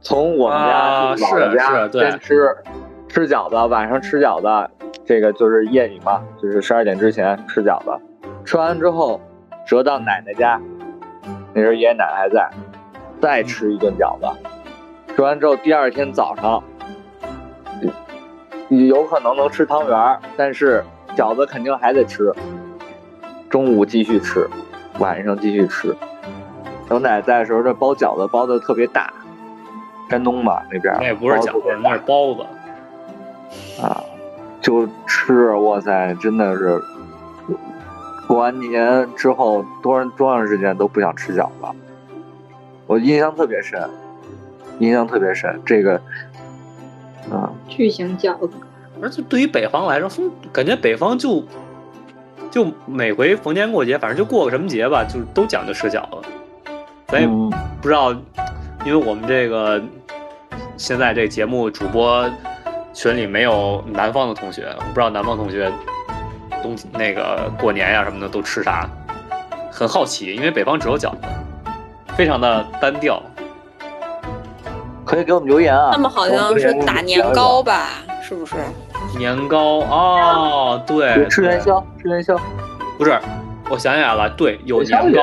Speaker 1: 从我们家
Speaker 2: 啊
Speaker 1: 去姥姥
Speaker 2: 是
Speaker 1: 家
Speaker 2: 是对
Speaker 1: 先吃吃饺子，晚上吃饺子，这个就是夜里嘛，就是十二点之前吃饺子。吃完之后折到奶奶家，那时候爷爷奶奶还在，再吃一顿饺子。吃完之后，第二天早上，嗯有可能能吃汤圆儿，但是饺子肯定还得吃。中午继续吃，晚上继续吃。我奶奶在的时候，这包饺子包的特别大，山东嘛那边儿
Speaker 2: 那也不是
Speaker 1: 包
Speaker 2: 饺
Speaker 1: 得特别
Speaker 2: 子，那是包子。
Speaker 1: 啊，就吃，哇塞，真的是过完年之后多长多长时间都不想吃饺子，我印象特别深，印象特别深。这个，啊，
Speaker 5: 巨型饺子，
Speaker 2: 而且对于北方来说，风感觉北方就就每回逢年过节，反正就过个什么节吧，就是都讲究吃饺子。咱也
Speaker 1: 嗯
Speaker 2: 不知道，因为我们这个现在这节目主播群里没有南方的同学，我不知道南方同学冬那个过年呀、什么的都吃啥，很好奇，因为北方只有饺子，非常的单调。
Speaker 1: 可以给我们留言啊。
Speaker 3: 他们好像是打年糕吧？是不是？
Speaker 2: 年糕哦，对，
Speaker 1: 对，吃元
Speaker 2: 对
Speaker 1: 宵，吃元宵，
Speaker 2: 不是，我想起来了，对，有年糕，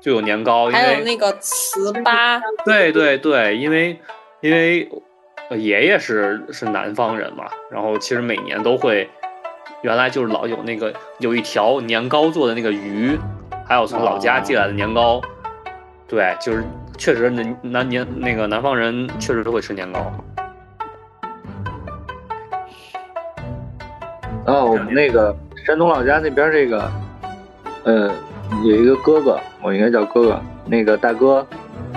Speaker 2: 就有年糕，因
Speaker 3: 还有
Speaker 2: 为
Speaker 3: 那个糍粑，
Speaker 2: 对对对，因为因为呃爷爷是是南方人嘛，然后其实每年都会，原来就是老有那个有一条年糕做的那个鱼，还有从老家寄来的年糕，对，就是确实南南年那个南方人确实都会吃年糕，
Speaker 1: 啊，我们那个山东老家那边这个，呃，有一个哥哥，我应该叫哥哥，那个大哥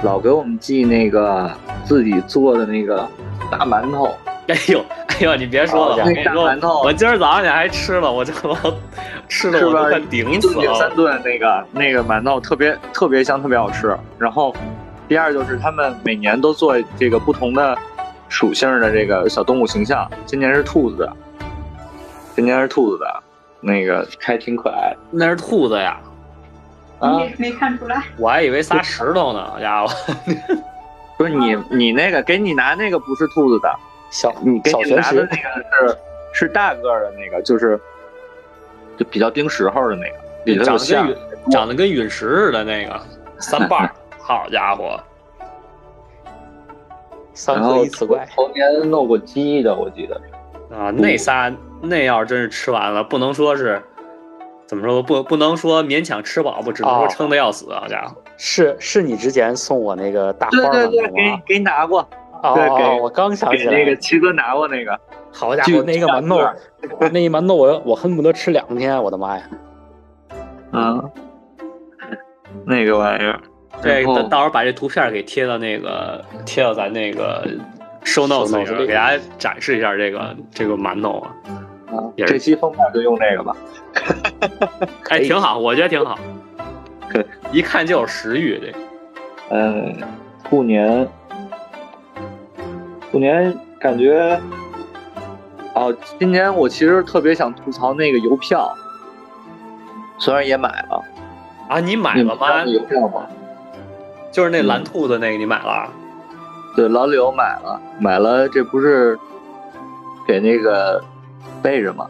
Speaker 1: 老给我们寄那个自己做的那个大馒头，
Speaker 2: 哎呦 哎呦，你别说了，
Speaker 1: 那
Speaker 2: 我跟你
Speaker 1: 哦大馒
Speaker 2: 说，
Speaker 1: 头
Speaker 2: 我今儿早上起来还吃了，我这 我吃的
Speaker 1: 是
Speaker 2: 我
Speaker 1: 吧
Speaker 2: 都快顶
Speaker 1: 一
Speaker 2: 死
Speaker 1: 顿顶
Speaker 2: 了
Speaker 1: 三。顿那个那个馒头特别特别香，特别好吃。然后第二就是他们每年都做这个不同的属性的这个小动物形象，今年是兔子的，今年是兔子的，那个还挺可爱的
Speaker 2: 那是兔子呀，
Speaker 1: 啊。
Speaker 5: 没看出来，
Speaker 2: 我还以为仨石头呢，家伙。
Speaker 1: 不是你你那个给你拿那个不是兔子的，
Speaker 4: 嗯小
Speaker 1: 你给
Speaker 4: 小
Speaker 1: 你
Speaker 4: 玄
Speaker 1: 拿的
Speaker 4: 石
Speaker 1: 那个是是大个儿的那个，就是就比较盯时候的那个，里头
Speaker 2: 长
Speaker 1: 有
Speaker 2: 得跟
Speaker 1: 馅
Speaker 2: 陨长得跟陨石似的那个 三瓣儿，好家伙，
Speaker 4: 三
Speaker 1: 然
Speaker 4: 合
Speaker 1: 后
Speaker 4: 一此怪，
Speaker 1: 头年弄过鸡的，我记得。
Speaker 2: 啊，那仨那要是真是吃完了，不能说是怎么说不不能说勉强吃饱吧，只能说
Speaker 4: 哦
Speaker 2: 撑得要死，好家伙，
Speaker 4: 是是你之前送我那个大花
Speaker 1: 对
Speaker 4: 儿
Speaker 1: 对
Speaker 4: 馒
Speaker 1: 对，
Speaker 4: 头
Speaker 1: 给
Speaker 4: 吗？
Speaker 1: 给你拿过，
Speaker 4: 哦
Speaker 1: 对
Speaker 4: 哦，
Speaker 1: 给
Speaker 4: 哦我刚想
Speaker 1: 给
Speaker 4: 起来
Speaker 1: 那个
Speaker 4: 了，
Speaker 1: 七哥拿过那个，
Speaker 4: 好家
Speaker 1: 就
Speaker 4: 伙，那个
Speaker 1: 大
Speaker 4: 馒头
Speaker 1: 个儿，
Speaker 4: 那一馒头我我恨不得吃两天，我的妈呀！
Speaker 1: 嗯，那个玩意儿。
Speaker 2: 这
Speaker 1: 然后
Speaker 2: 到到时候把这图片给贴到那个贴到咱那个 show notes
Speaker 4: notes
Speaker 2: 里边，
Speaker 4: 里
Speaker 2: 给大家展示一下这个这个馒头啊，
Speaker 1: 啊
Speaker 2: 也是
Speaker 1: 这期封面就用这个吧。
Speaker 2: 哎，
Speaker 4: 可以
Speaker 2: 挺好，我觉得挺好
Speaker 1: 可以，
Speaker 2: 一看就有食欲这。
Speaker 1: 嗯，兔年，兔年感觉，哦，今年我其实特别想吐槽那个邮票，虽然也买了，
Speaker 2: 啊，你买
Speaker 1: 你
Speaker 2: 了
Speaker 1: 们知道
Speaker 2: 吗
Speaker 1: 那？邮嗯票吗？嗯
Speaker 2: 就是那蓝兔子那个，你买了？啊
Speaker 1: 对，老柳买了，买了，这不是给那个备着吗？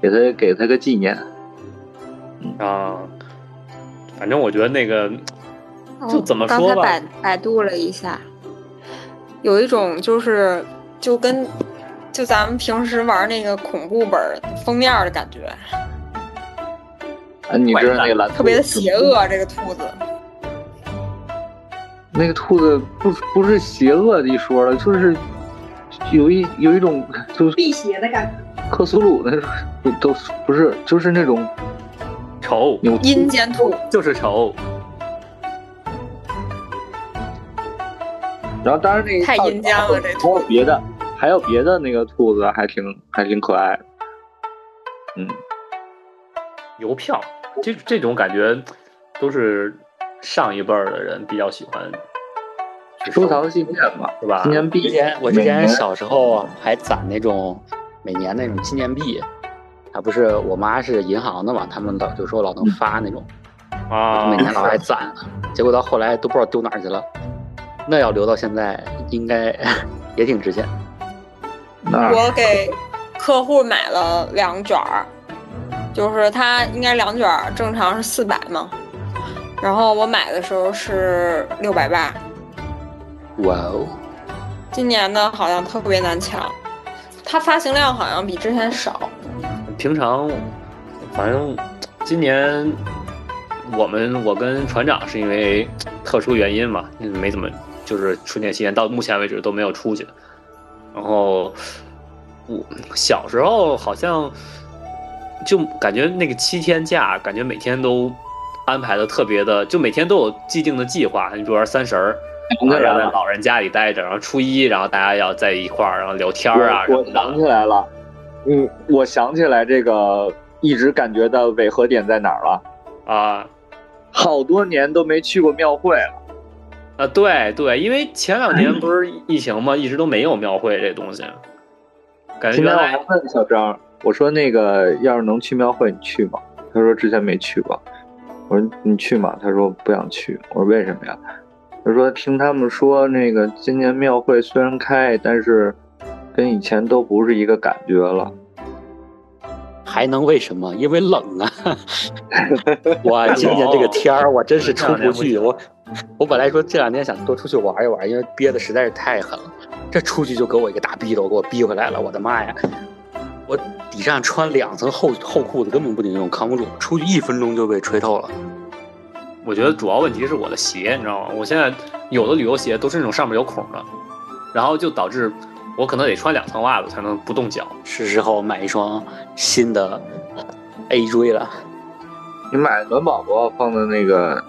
Speaker 1: 给他给他个纪念。
Speaker 2: 啊，反正我觉得那个就
Speaker 3: 嗯
Speaker 2: 怎么
Speaker 3: 刚
Speaker 2: 说
Speaker 3: 才
Speaker 2: 吧
Speaker 3: 百百度了一下，有一种就是就跟就咱们平时玩那个恐怖本儿封面儿的感觉，
Speaker 1: 啊，你知道那个蓝兔子
Speaker 3: 特别的邪恶。
Speaker 1: 嗯
Speaker 3: 这个兔子，
Speaker 1: 那个兔子不不是邪恶的一说了，就是有一有一种就是
Speaker 5: 辟邪的感觉。
Speaker 1: 克苏鲁那种，不都不是，就是那种
Speaker 2: 丑，
Speaker 1: 扭曲
Speaker 3: 阴间兔，
Speaker 2: 就是丑。
Speaker 1: 然后当然那一
Speaker 3: 太
Speaker 1: 套
Speaker 3: 阴间了这
Speaker 1: 还有别的，还有别的那个兔子还挺还挺可爱的。嗯，
Speaker 2: 邮票，这这种感觉都是上一辈儿的人比较喜欢去
Speaker 1: 收藏纪念吧，
Speaker 2: 是吧
Speaker 1: 纪？念币。
Speaker 4: 之前我之
Speaker 1: 每
Speaker 4: 前
Speaker 1: 年
Speaker 4: 小时候还攒那种每年那种纪念币，啊，不是我妈是银行的嘛，他们老就说老能发那种，
Speaker 1: 嗯
Speaker 2: 啊，
Speaker 4: 每年老爱攒，结果到后来都不知道丢哪儿去了。那要留到现在，应该 也挺值钱。
Speaker 1: 那
Speaker 3: 我给客户买了两卷儿，就是他应该两卷儿正常是四百嘛，然后我买的时候是六百八，
Speaker 4: 哇哦，
Speaker 3: 今年的好像特别难抢，它发行量好像比之前少。
Speaker 2: 平常反正今年我们我跟船长是因为特殊原因嘛，嗯没怎么就是春节期间到目前为止都没有出去。然后我小时候好像就感觉那个七天假，感觉每天都安排的特别的，就每天都有既定的计划。你比如说三十儿。然后要在老人家里待着，然后初一，然后大家要在一块儿，然后聊天儿啊什
Speaker 1: 我
Speaker 2: 么
Speaker 1: 我想
Speaker 2: 的。
Speaker 1: 起来了，嗯，我想起来这个一直感觉到违和点在哪儿了，
Speaker 2: 啊，
Speaker 1: 好多年都没去过庙会了。
Speaker 2: 啊，对对，因为前两年不是疫情嘛，一直都没有庙会这东西，感觉
Speaker 1: 今天
Speaker 2: 原
Speaker 1: 我
Speaker 2: 来
Speaker 1: 还问小张，我说那个要是能去庙会，你去吗？他说之前没去过。我说你去吗？他说不想去。我说为什么呀？他说听他们说那个今年庙会虽然开，但是跟以前都不是一个感觉了。
Speaker 4: 还能为什么？因为冷啊！哇，今年这个天儿，我真是出不去。我我本来说这两天想多出去玩一玩，因为憋的实在是太狠了。这出去就给我一个大逼斗，给我逼回来了。我的妈呀！我底上穿两层厚厚裤子，根本不顶用，扛不住。出去一分钟就被吹透了。
Speaker 2: 我觉得主要问题是我的鞋，你知道吗？我现在有的旅游鞋都是那种上面有孔的，然后就导致我可能得穿两层袜子才能不冻脚。
Speaker 4: 是时候买一双新的 AJ 了。
Speaker 1: 你买暖宝宝放在那个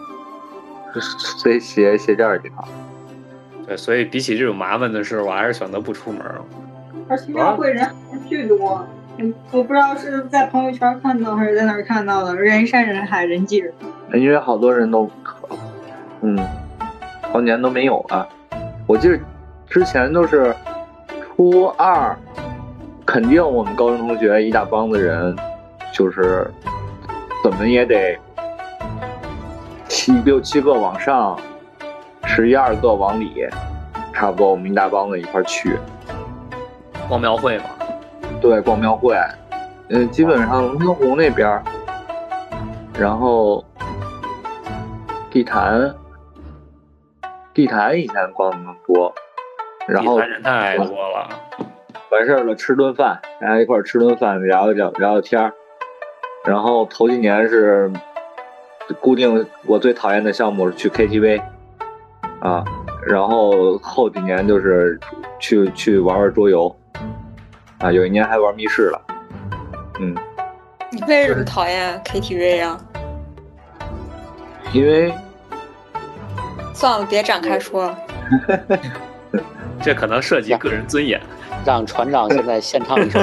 Speaker 1: 塞鞋鞋垫儿里头。
Speaker 2: 对，所以比起这种麻烦的事，我还是选择不出门了。
Speaker 5: 而且
Speaker 1: 啊
Speaker 5: 庙会人还巨多，嗯，我不知道是在朋友圈看到还是在哪儿看到的，人山人海，人挤人。
Speaker 1: 因为好多人都渴，嗯，好几年都没有了。我记得之前都是初二，肯定我们高中同学一大帮子人，就是怎么也得七六七个往上，十一二个往里，差不多我们一大帮子一块儿去，
Speaker 2: 逛庙会嘛，
Speaker 1: 对，逛庙会，嗯、基本上龙腾湖那边儿，然后地坛，地坛以前逛的多，然后
Speaker 2: 地摊人太多了。
Speaker 1: 完事儿了吃顿饭，大家一块儿吃顿饭，聊一聊聊聊天儿。然后头几年是固定我最讨厌的项目是去 KTV 啊，然后后几年就是去去玩玩桌游啊，有一年还玩密室了，嗯，
Speaker 3: 你为什么讨厌 KTV 啊？
Speaker 1: 因为
Speaker 3: 算了，别展开说了。
Speaker 2: 这可能涉及个人尊严。
Speaker 4: 让船长现在献唱一 首。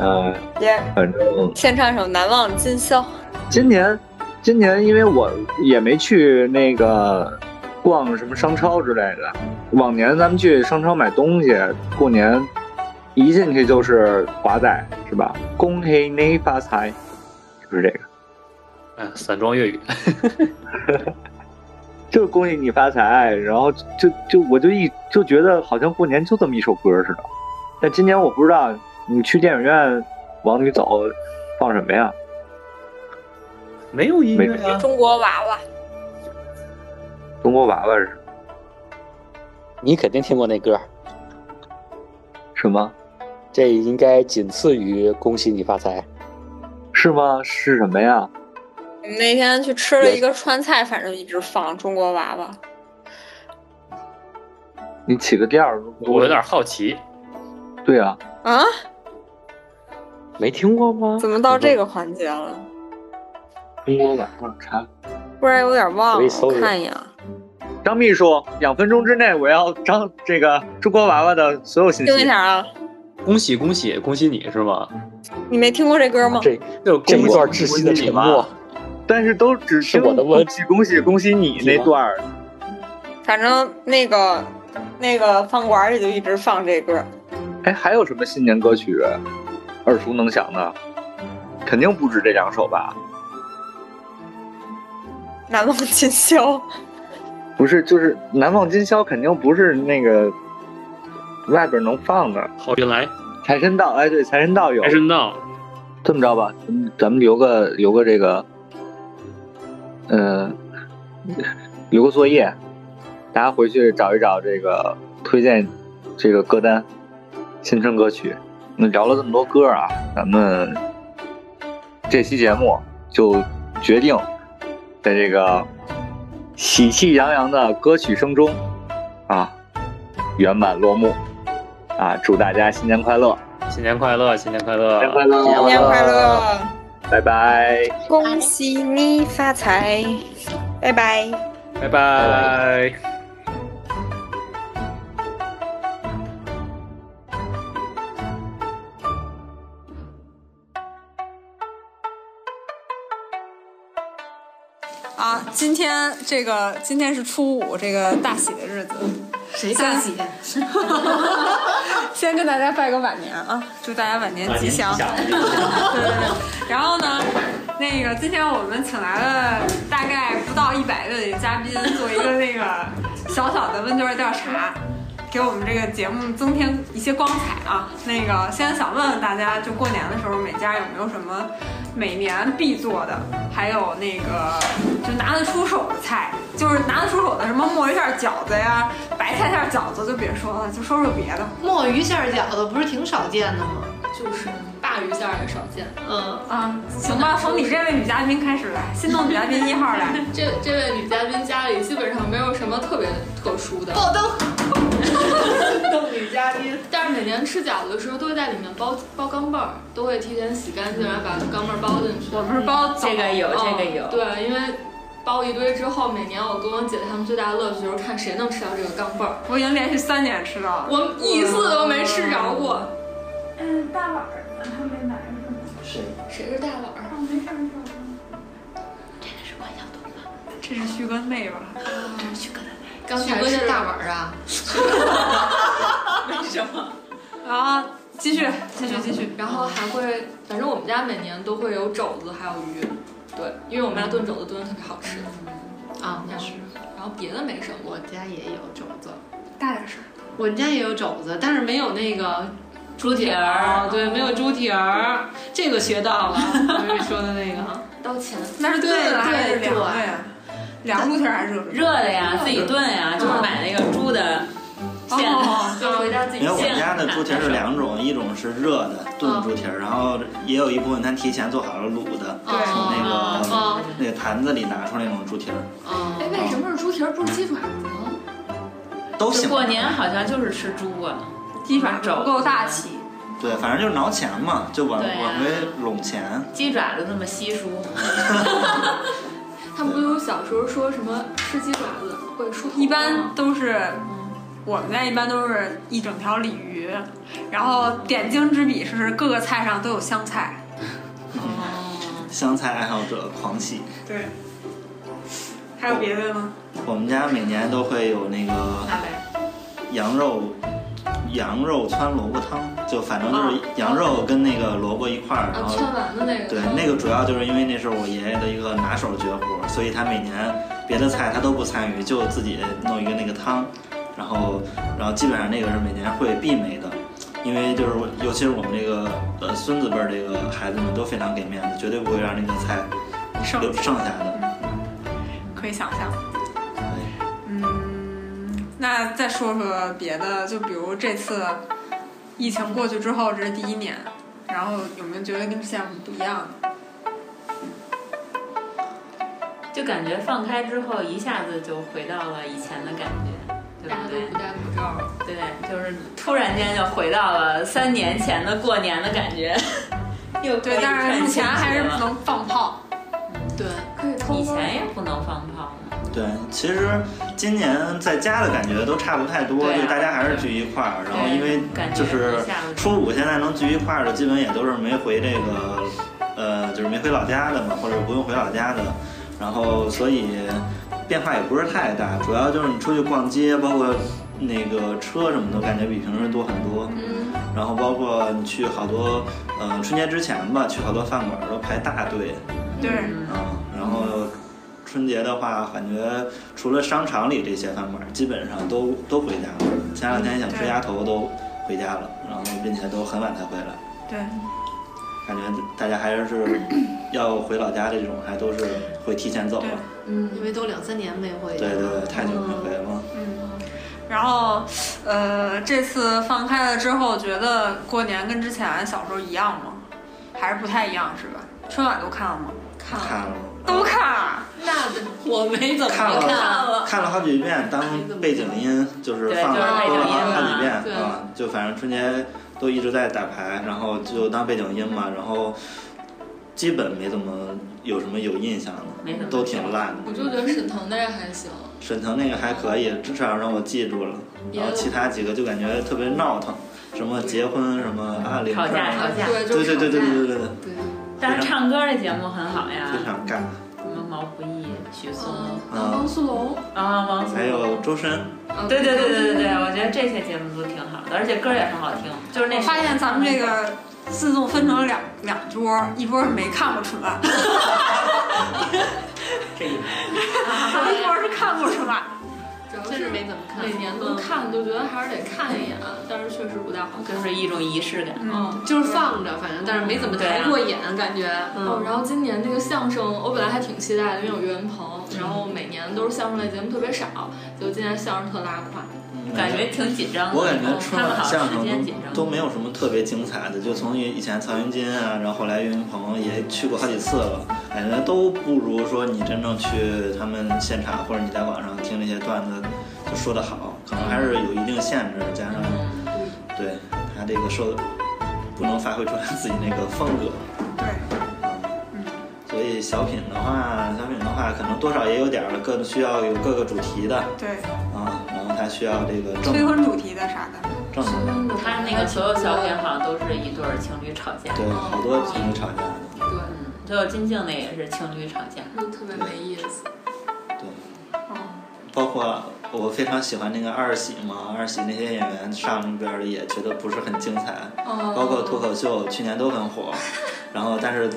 Speaker 1: 呃，
Speaker 3: 别
Speaker 1: 反正
Speaker 3: 先唱首《难忘今宵》。
Speaker 1: 今年今年因为我也没去那个逛什么商超之类的，往年咱们去商超买东西，过年一进去就是华仔是吧？恭喜你发财，是不是这个？
Speaker 2: 哎，散装粤语，
Speaker 1: 就是恭喜你发财，然后就就我就一就觉得好像过年就这么一首歌似的。但今年我不知道，你去电影院往里走放什么呀？
Speaker 2: 没有音乐啊。
Speaker 3: 中国娃娃，
Speaker 1: 中国娃娃是
Speaker 4: 你肯定听过那歌，
Speaker 1: 什么？
Speaker 4: 这应该仅次于“恭喜你发财
Speaker 1: 是吗？是什么呀？
Speaker 3: 我们那天去吃了一个川菜，反正一直放中国娃娃。
Speaker 1: 你起个调儿，
Speaker 2: 我有点好奇，
Speaker 1: 对啊，
Speaker 3: 啊？”，
Speaker 4: 没听过吗？
Speaker 3: 怎么到这个环节了？
Speaker 4: 嗯
Speaker 1: 中国晚上查。
Speaker 3: 不然有点忘
Speaker 4: 我一
Speaker 3: 了，
Speaker 4: 搜
Speaker 3: 我看一眼啊。
Speaker 1: 张秘书，两分钟之内我要张这个中国娃娃的所有信
Speaker 3: 听一
Speaker 1: 息
Speaker 3: 下。啊，
Speaker 2: 恭喜恭喜恭喜你是吗？
Speaker 3: 你没听过这歌吗？
Speaker 4: 这
Speaker 2: 那
Speaker 4: 这
Speaker 2: 恭
Speaker 4: 一
Speaker 2: 喜
Speaker 4: 段窒息的沉
Speaker 2: 恭喜你
Speaker 4: 默
Speaker 2: 吧，，
Speaker 1: 但是都只
Speaker 4: 是
Speaker 1: 听
Speaker 4: 我的问
Speaker 1: 恭喜恭喜恭喜你那段儿。
Speaker 3: 反正那个那个饭馆里就一直放这歌。
Speaker 1: 哎，还有什么新年歌曲耳熟能详的？肯定不止这两首吧？
Speaker 3: 难忘今宵，
Speaker 4: 啊
Speaker 1: 不是，就是《难忘今宵》，肯定不是那个外边能放的。
Speaker 2: 好运来，
Speaker 1: 财神到，哎，对，财神到有
Speaker 2: 还。是闹。
Speaker 1: 这么着吧，咱们咱们留个留个这个，嗯、留个作业，大家回去找一找这个推荐这个歌单，新春歌曲。那聊了这么多歌啊，咱们这期节目就决定在这个喜气洋洋的歌曲声中啊圆满落幕啊！祝大家新年快乐，
Speaker 2: 新年快乐，新年快乐，
Speaker 1: 乐
Speaker 6: 新年快乐，
Speaker 1: 拜拜。
Speaker 6: 恭喜你发财，拜拜。
Speaker 2: 拜拜。
Speaker 3: 啊，今天这个今天是初五，这个大喜的日子，
Speaker 7: 谁大喜？
Speaker 3: 先跟大家拜个晚年啊，祝大家晚年吉祥。对对对。然后呢，那个今天我们请来了大概不到一百位的嘉宾， 做一个那个小小的问卷调查，给我们这个节目增添一些光彩啊。那个先想问问大家，就过年的时候每家有没有什么每年必做的，还有那个就拿得出手的菜，就是拿得出手的什么墨鱼馅儿饺子呀、 白菜馅儿饺子就别说了，就说说别的。
Speaker 7: 墨鱼馅儿饺子不是挺少见的吗？
Speaker 8: 就是鲅鱼馅儿也少见。
Speaker 7: 嗯，
Speaker 3: 啊，行吧，从你这位女嘉宾开始 来，心动女嘉宾一号来。
Speaker 8: 这这位女嘉宾家里基本上没有什么特别特殊的，
Speaker 7: 爆灯，逗女嘉宾，
Speaker 8: 但是每年吃饺子的时候都会在里面包包钢镚儿，都会提前洗干净，然后把钢镚儿包进去。
Speaker 3: 我们是包
Speaker 9: 这个有，这个有
Speaker 8: 嗯。对，因为包一堆之后，每年我跟我姐她们最大的乐趣就是看谁能吃到这个钢镚儿。
Speaker 3: 我已经连续三年吃到了。
Speaker 8: 我一次都没吃着 过。
Speaker 10: 嗯，大碗儿呢？还没来是吗？
Speaker 8: 谁是大碗儿？
Speaker 10: 我没看着。
Speaker 3: 这是旭哥妹吧？
Speaker 8: 刚才
Speaker 7: 啊哥
Speaker 8: 是
Speaker 7: 叫 大碗儿啊，
Speaker 3: 啊，继续，继续，继续。
Speaker 8: 然后还会，反正我们家每年都会有肘子，还有鱼。对，因为我们家炖肘子炖的特别好吃。
Speaker 7: 啊，那是
Speaker 8: 然后别的没什么
Speaker 7: 我，家也有肘子，
Speaker 3: 大点声。
Speaker 7: 我们家也有肘子，但是没有那个猪蹄儿，对，没有猪蹄儿，这个学到了，我跟你说的那个
Speaker 8: 刀钱。
Speaker 3: 那是炖的还是啊凉的呀？凉猪蹄儿还是热的？嗯
Speaker 9: 热的呀，自己炖呀，就是买那个猪的馅。
Speaker 3: 哦，
Speaker 8: 就回家自己
Speaker 11: 因为我
Speaker 8: 现
Speaker 11: 们家的猪蹄儿是两种，一种是热的
Speaker 3: 哦
Speaker 11: 炖猪蹄儿，然后也有一部分它提前做好了卤的，
Speaker 3: 对
Speaker 11: 从那个、
Speaker 3: 哦
Speaker 7: 啊
Speaker 11: 那个坛子里拿出来那种猪蹄儿，
Speaker 7: 啊
Speaker 8: 哎，为什么是猪蹄儿不是鸡爪子呢？
Speaker 11: 都行。
Speaker 9: 过年好像就是吃猪啊，
Speaker 3: 鸡爪子不够啊大气。
Speaker 11: 对，反正就是挠钱嘛，就往
Speaker 9: 对呀
Speaker 11: 往回拢钱。
Speaker 9: 鸡爪子那么稀疏。
Speaker 8: 他们不有小时候说什么吃鸡爪子会出头吗
Speaker 3: 一
Speaker 9: 嗯
Speaker 3: 般都是，我们家一般都是一整条鲤鱼，然后点睛之笔是各个菜上都有香菜。
Speaker 9: 哦
Speaker 11: 香菜爱好者狂喜，
Speaker 3: 对，还有别的吗？
Speaker 11: 我们家每年都会有那个
Speaker 7: 大白，
Speaker 11: 羊肉羊肉汆萝卜汤，就反正就是羊肉跟那个萝卜一块儿，然
Speaker 8: 啊，
Speaker 11: 后
Speaker 8: 圈丸的那个。
Speaker 11: 对，那个主要就是因为那是我爷爷的一个拿手绝活，所以他每年别的菜他都不参与，就自己弄一个那个汤，然后然后基本上那个是每年会必没的，因为就是尤其是我们这个呃孙子辈儿这个孩子们都非常给面子，绝对不会让这个菜
Speaker 3: 剩
Speaker 11: 留剩下的。
Speaker 3: 可以想象。
Speaker 11: 对
Speaker 3: 嗯，那再说说别的，就比如这次疫情过去之后，这是第一年，然后有没有觉得跟之前有什么不一样？
Speaker 9: 就感觉放开之后，一下子就回到了以前的感觉，对
Speaker 8: 大家都
Speaker 9: 不对
Speaker 8: 不？戴口罩。
Speaker 9: 对，就是突然间就回到了三年前的过年的感觉，又
Speaker 3: 对，
Speaker 9: 但
Speaker 3: 但是目前还是不能放炮。
Speaker 8: 对，可以
Speaker 9: 以
Speaker 8: 偷摸。
Speaker 9: 前也不能放炮嘛，
Speaker 11: 对，其实今年在家的感觉都差不太多，
Speaker 9: 对啊
Speaker 11: 就大家还是聚一块儿，然后
Speaker 9: 对
Speaker 11: 因为
Speaker 9: 感觉
Speaker 11: 就是
Speaker 9: 一下子
Speaker 11: 初五现在能聚一块儿的，基本也都是没回这个，呃，就是没回老家的嘛，或者不用回老家的，然后所以变化也不是太大，主要就是你出去逛街，包括那个车什么的，感觉比平时多很多。
Speaker 8: 嗯，
Speaker 11: 然后包括你去好多，呃，春节之前吧，去好多饭馆儿都排大队，
Speaker 3: 对，
Speaker 11: 嗯，然后春节的话，感觉除了商场里这些饭馆，基本上都都回家了。前两天想吃鸭头都回家了，然后并且都很晚才回来，
Speaker 3: 对，
Speaker 11: 感觉大家还是要回老家这种，还都是会提前走了。
Speaker 7: 嗯因为都两三年没回，
Speaker 11: 对对对，太久没回了。
Speaker 3: 嗯。然后，呃，这次放开了之后，觉得过年跟之前小时候一样吗？还是不太一样，是吧？春晚都看了吗？
Speaker 8: 看
Speaker 11: 看了，
Speaker 3: 都看了。
Speaker 8: 那我没怎么
Speaker 11: 看了，
Speaker 8: 了，
Speaker 11: 看了好几遍， 当背景音就是
Speaker 8: 对
Speaker 11: 放
Speaker 8: 就是
Speaker 11: 了
Speaker 8: 背景
Speaker 11: 播了
Speaker 8: 音
Speaker 11: 好好
Speaker 8: 嘛
Speaker 11: 几遍
Speaker 8: 对
Speaker 11: 啊，就反正春节都一直在打牌，然后就当背景音嘛，然后基本没怎么有什么有印象
Speaker 9: 没什
Speaker 11: 的
Speaker 9: 么，
Speaker 11: 都挺烂的。
Speaker 8: 我就觉得沈腾那个还行，
Speaker 11: 沈腾那个还可以，至少让我记住了，
Speaker 8: 也
Speaker 11: 然后其他几个就感觉特别闹腾，什么结婚什
Speaker 8: 嗯
Speaker 11: 么啊，领
Speaker 9: 吵
Speaker 11: 证
Speaker 9: 架吵
Speaker 11: 啊，
Speaker 9: 架，
Speaker 8: 对
Speaker 11: 对对对对对对对，
Speaker 8: 对，
Speaker 9: 但是唱歌的节目很好呀，
Speaker 11: 非常尬。
Speaker 9: 什么毛不易、许嵩
Speaker 8: 嗯，
Speaker 11: 嗯
Speaker 8: 汪苏泷，
Speaker 9: 啊，王祖
Speaker 11: 还有周深，
Speaker 8: 嗯
Speaker 9: 对对对对对对，我觉得这些节目都挺好的，而且歌也很好听。就是那
Speaker 3: 我发现咱们这个自动分成了两两桌，一波是没看过春晚，
Speaker 9: 这一
Speaker 3: 一波是看过春晚。
Speaker 8: 主要
Speaker 9: 真是
Speaker 8: 是
Speaker 9: 没怎么看
Speaker 8: 每年都看，就觉得还是得看一眼，但是确实不太好看。
Speaker 9: 就是一种仪式感。
Speaker 8: 嗯，就是放着，反正但是没怎么
Speaker 9: 对
Speaker 8: 抬
Speaker 9: 啊
Speaker 8: 过眼，感觉。
Speaker 9: 嗯
Speaker 8: 哦，然后今年那个相声，我本来还挺期待的，因为有岳云鹏，然后每年都是相声类节目特别少，结果今年相声特拉胯。
Speaker 9: 感觉挺紧张的。
Speaker 11: 嗯
Speaker 9: 嗯
Speaker 11: 我感觉春
Speaker 9: 看了
Speaker 11: 晚
Speaker 9: 好
Speaker 11: 相
Speaker 9: 长时间
Speaker 11: 声
Speaker 9: 紧张
Speaker 11: 都都没有什么特别精彩的，就从以前曹云金啊，然后后来岳云鹏也去过好几次了，感觉都不如说你真正去他们现场或者你在网上听那些段子就说的好，可能还是有一定限制，加上
Speaker 9: 嗯
Speaker 11: 对他这个受不能发挥出来自己那个风格。嗯
Speaker 3: 对，
Speaker 11: 所以小品的话，小品的话可能多少也有点儿各需要有各个主题的
Speaker 3: 对，
Speaker 11: 啊，然后它需要这个正
Speaker 3: 催婚主题的啥的，
Speaker 11: 正
Speaker 9: 他那个所有小品好像都是一对儿情侣吵架，
Speaker 11: 对好多情侣吵架的。
Speaker 8: 哦对，
Speaker 9: 最后金靖那也是情侣吵架。
Speaker 8: 就特别没意思。哦
Speaker 11: 对，包括我非常喜欢那个二喜嘛，二喜那些演员上那边儿也觉得不是很精彩，
Speaker 8: 哦
Speaker 11: 包括脱口秀去年都很火，然后但是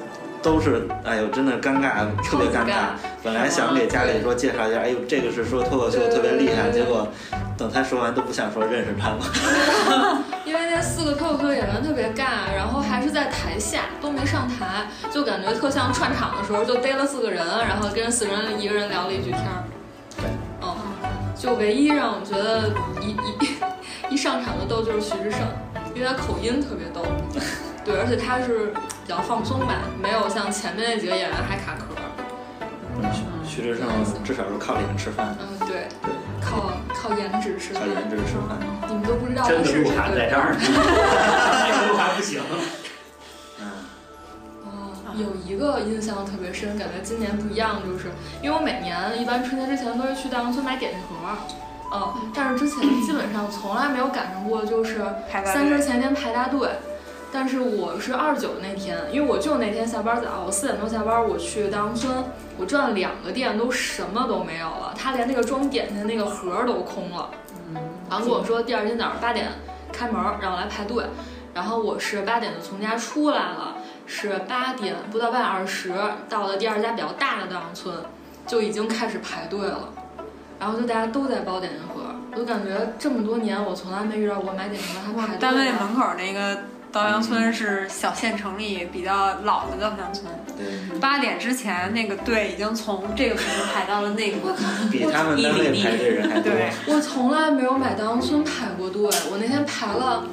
Speaker 11: 都是哎呦真的尴尬，特别尴
Speaker 8: 超级
Speaker 11: 尬
Speaker 8: 尬。
Speaker 11: 本来想给家里说介绍一下，哎呦这个是说脱口秀特别厉害，结果等他说完都不想说认识他了。
Speaker 8: 因为那四个脱口秀演员特别尬，然后还是在台下都没上台，就感觉特像串场的时候就逮了四个人，然后跟四个人一个人聊了一句天儿。嗯，就唯一让我觉得一一一上场的逗就是徐志胜，因为他口音特别 逗，对，而且他是比较放松吧，没有像前面那几个演员还卡壳。
Speaker 11: 徐志胜至少是靠脸吃饭，
Speaker 8: 嗯，对，
Speaker 11: 对，
Speaker 8: 靠靠颜值吃
Speaker 11: 靠
Speaker 8: 饭，
Speaker 11: 颜值吃饭。
Speaker 8: 你们都不知道
Speaker 4: 真
Speaker 8: 他
Speaker 4: 的
Speaker 8: 是
Speaker 4: 鹿
Speaker 8: 谁。
Speaker 4: 晗在这儿， 鹿晗啊不行。
Speaker 8: 哦，有一个印象特别深，感觉今年不一样，就是因为我每年一般春节之前都会去大王村买点心盒，哦，但是之前基本上从来没有赶上过，就是
Speaker 3: 大
Speaker 8: 三
Speaker 3: 队
Speaker 8: 十前天排大队。但是我是二九那天，因为我就那天下班早，我四点多下班，我去大王村，我转了两个店都什么都没有了，他连那个装点心的那个盒儿都空了。
Speaker 9: 嗯
Speaker 8: 然后跟我说第二天早上八点开门，让我来排队。然后我是八点就从家出来了，是八点不到八点二十到了第二家比较大的稻香村，就已经开始排队了。然后就大家都在包点心盒，我就感觉这么多年我从来没遇到过买点心盒还
Speaker 3: 我
Speaker 8: 排
Speaker 3: 们
Speaker 8: 队
Speaker 3: 单
Speaker 8: 的
Speaker 3: 位门口那个稻香村是小县城里比较老的稻香村，
Speaker 11: 对，
Speaker 3: 八点之前那个队已经从这个门排到了那个，
Speaker 11: 比他们单位排队人还多。
Speaker 3: 对
Speaker 8: 我从来没有买稻香村排过队，我那天排了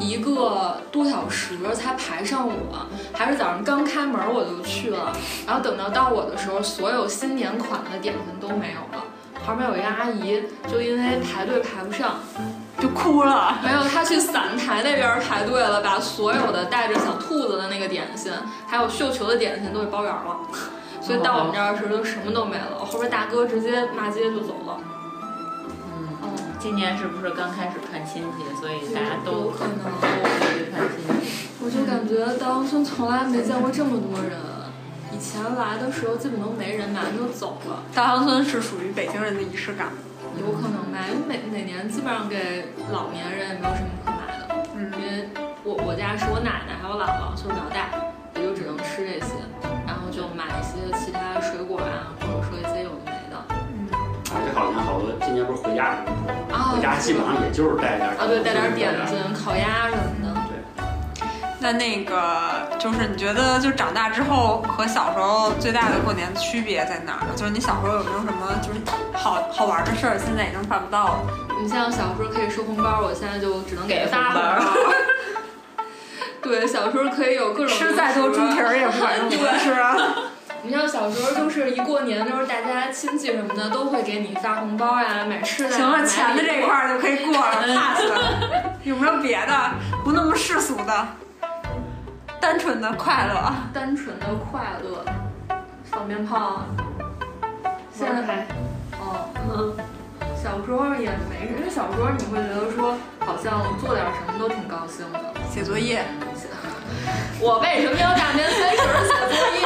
Speaker 8: 一个多小时才排上我，还是早上刚开门我就去了，然后等到到我的时候，所有新年款的点心都没有了。旁边有一个阿姨，就因为排队排不上，
Speaker 3: 就哭了。
Speaker 8: 没有，她去散台那边排队了，把所有的带着小兔子的那个点心，还有绣球的点心都给包圆了。所以到我们这儿的时候就什么都没了，后边大哥直接骂街就走了。
Speaker 9: 嗯，今年是不是刚开始盼亲戚，所以大家
Speaker 8: 有
Speaker 9: 都
Speaker 8: 可能
Speaker 9: 都回去盼亲戚？
Speaker 8: 我就感觉稻香村从来没见过这么多人，以前来的时候基本都没人，马上就走了，
Speaker 3: 稻香村是属于北京人的仪式感，
Speaker 8: 有可能吧？因为每每年基本上给老年人也没有什么可买的，
Speaker 3: 嗯
Speaker 8: 因为我我家是我奶奶还有我姥姥，岁数比较大，也就只能吃这些，然后就买一些其他水果啊，或者说一些有的没的。
Speaker 3: 嗯
Speaker 4: 啊，这好像好多今年不是回家什么
Speaker 8: 啊
Speaker 4: 的，回家基本上也就是带点儿
Speaker 8: 啊，对，带点点心、烤鸭什么的。
Speaker 3: 那那个就是你觉得就长大之后和小时候最大的过年区别在哪儿呢？就是你小时候有没有什么就是好好玩的事儿，现在已经办不到 了？
Speaker 8: 啊你像小时候可以收红包，我现在就只能给发
Speaker 9: 给
Speaker 8: 包。对，小时候可以有各种
Speaker 3: 吃再多猪蹄儿也不管用
Speaker 8: 对
Speaker 3: 是吧？
Speaker 8: 你像小时候就是一过年的时候，大家亲戚什么的都会给你发红包呀、买吃 的呀。
Speaker 3: 行了，
Speaker 8: 买
Speaker 3: 钱的这
Speaker 8: 礼
Speaker 3: 一
Speaker 8: 物
Speaker 3: 块儿就可以过了，pass
Speaker 8: 嗯
Speaker 3: 了。有没有别的不那么世俗的，单纯的快乐？
Speaker 8: 单纯的快乐，放鞭炮，啊现在还哦，嗯，小时候也没，因为小时候你会觉得说，好像做点什么都挺高兴的。
Speaker 3: 写作业，
Speaker 8: 我为什么要大年三十儿写作业？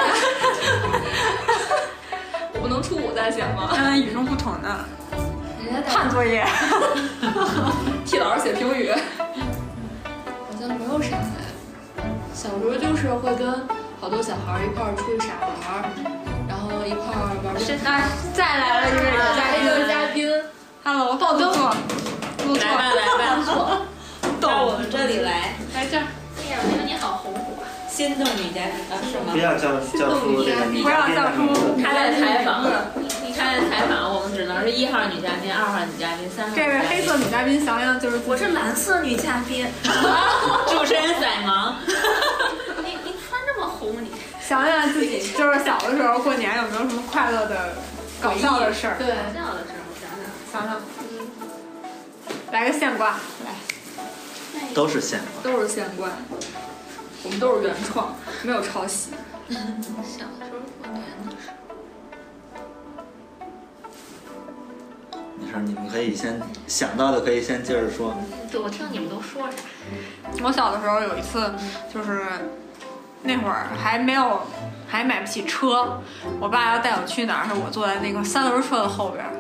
Speaker 8: 我不能初五再写吗？
Speaker 3: 嗯，与众不同 的
Speaker 8: 人家大
Speaker 3: 判作业，
Speaker 8: 替老师写评语，好像没有啥哎。小时候就是会跟好多小孩儿一块儿出去傻玩儿，然后一块儿玩儿。
Speaker 3: 是哎再来了一位
Speaker 8: 来一个嘉宾
Speaker 3: ，Hello，爆灯， 录错，
Speaker 7: 来吧来 吧，到我们这里来。
Speaker 8: 来这儿。
Speaker 7: 哎呀，我觉得你好红火，啊心动女嘉宾啊，是吗？
Speaker 11: 不要叫叫出这个女嘉宾的名字。
Speaker 7: 他在采访，你看在采访，我们只能是一号女嘉宾、二号女嘉宾、三号。
Speaker 3: 这位黑色女嘉宾想想就是
Speaker 7: 我是蓝色女嘉 宾，主持人宰盲。 你你穿这么红，你
Speaker 3: 想想自己就是小的时候过年有没有什么快乐的、搞笑的事儿？
Speaker 8: 对，
Speaker 7: 这样的事儿，我想想。
Speaker 3: 想想，嗯来个现挂，来，
Speaker 11: 都是现
Speaker 8: 都是县官，我们都是原创，没有抄袭。嗯
Speaker 7: 小时候过年的时候，
Speaker 11: 没事儿，你们可以先想到的可以先接着说。
Speaker 7: 嗯对我听你们都说啥？
Speaker 3: 我小的时候有一次，就是那会儿还没有，还买不起车，我爸要带我去哪儿，是我坐在那个三轮车的后边儿。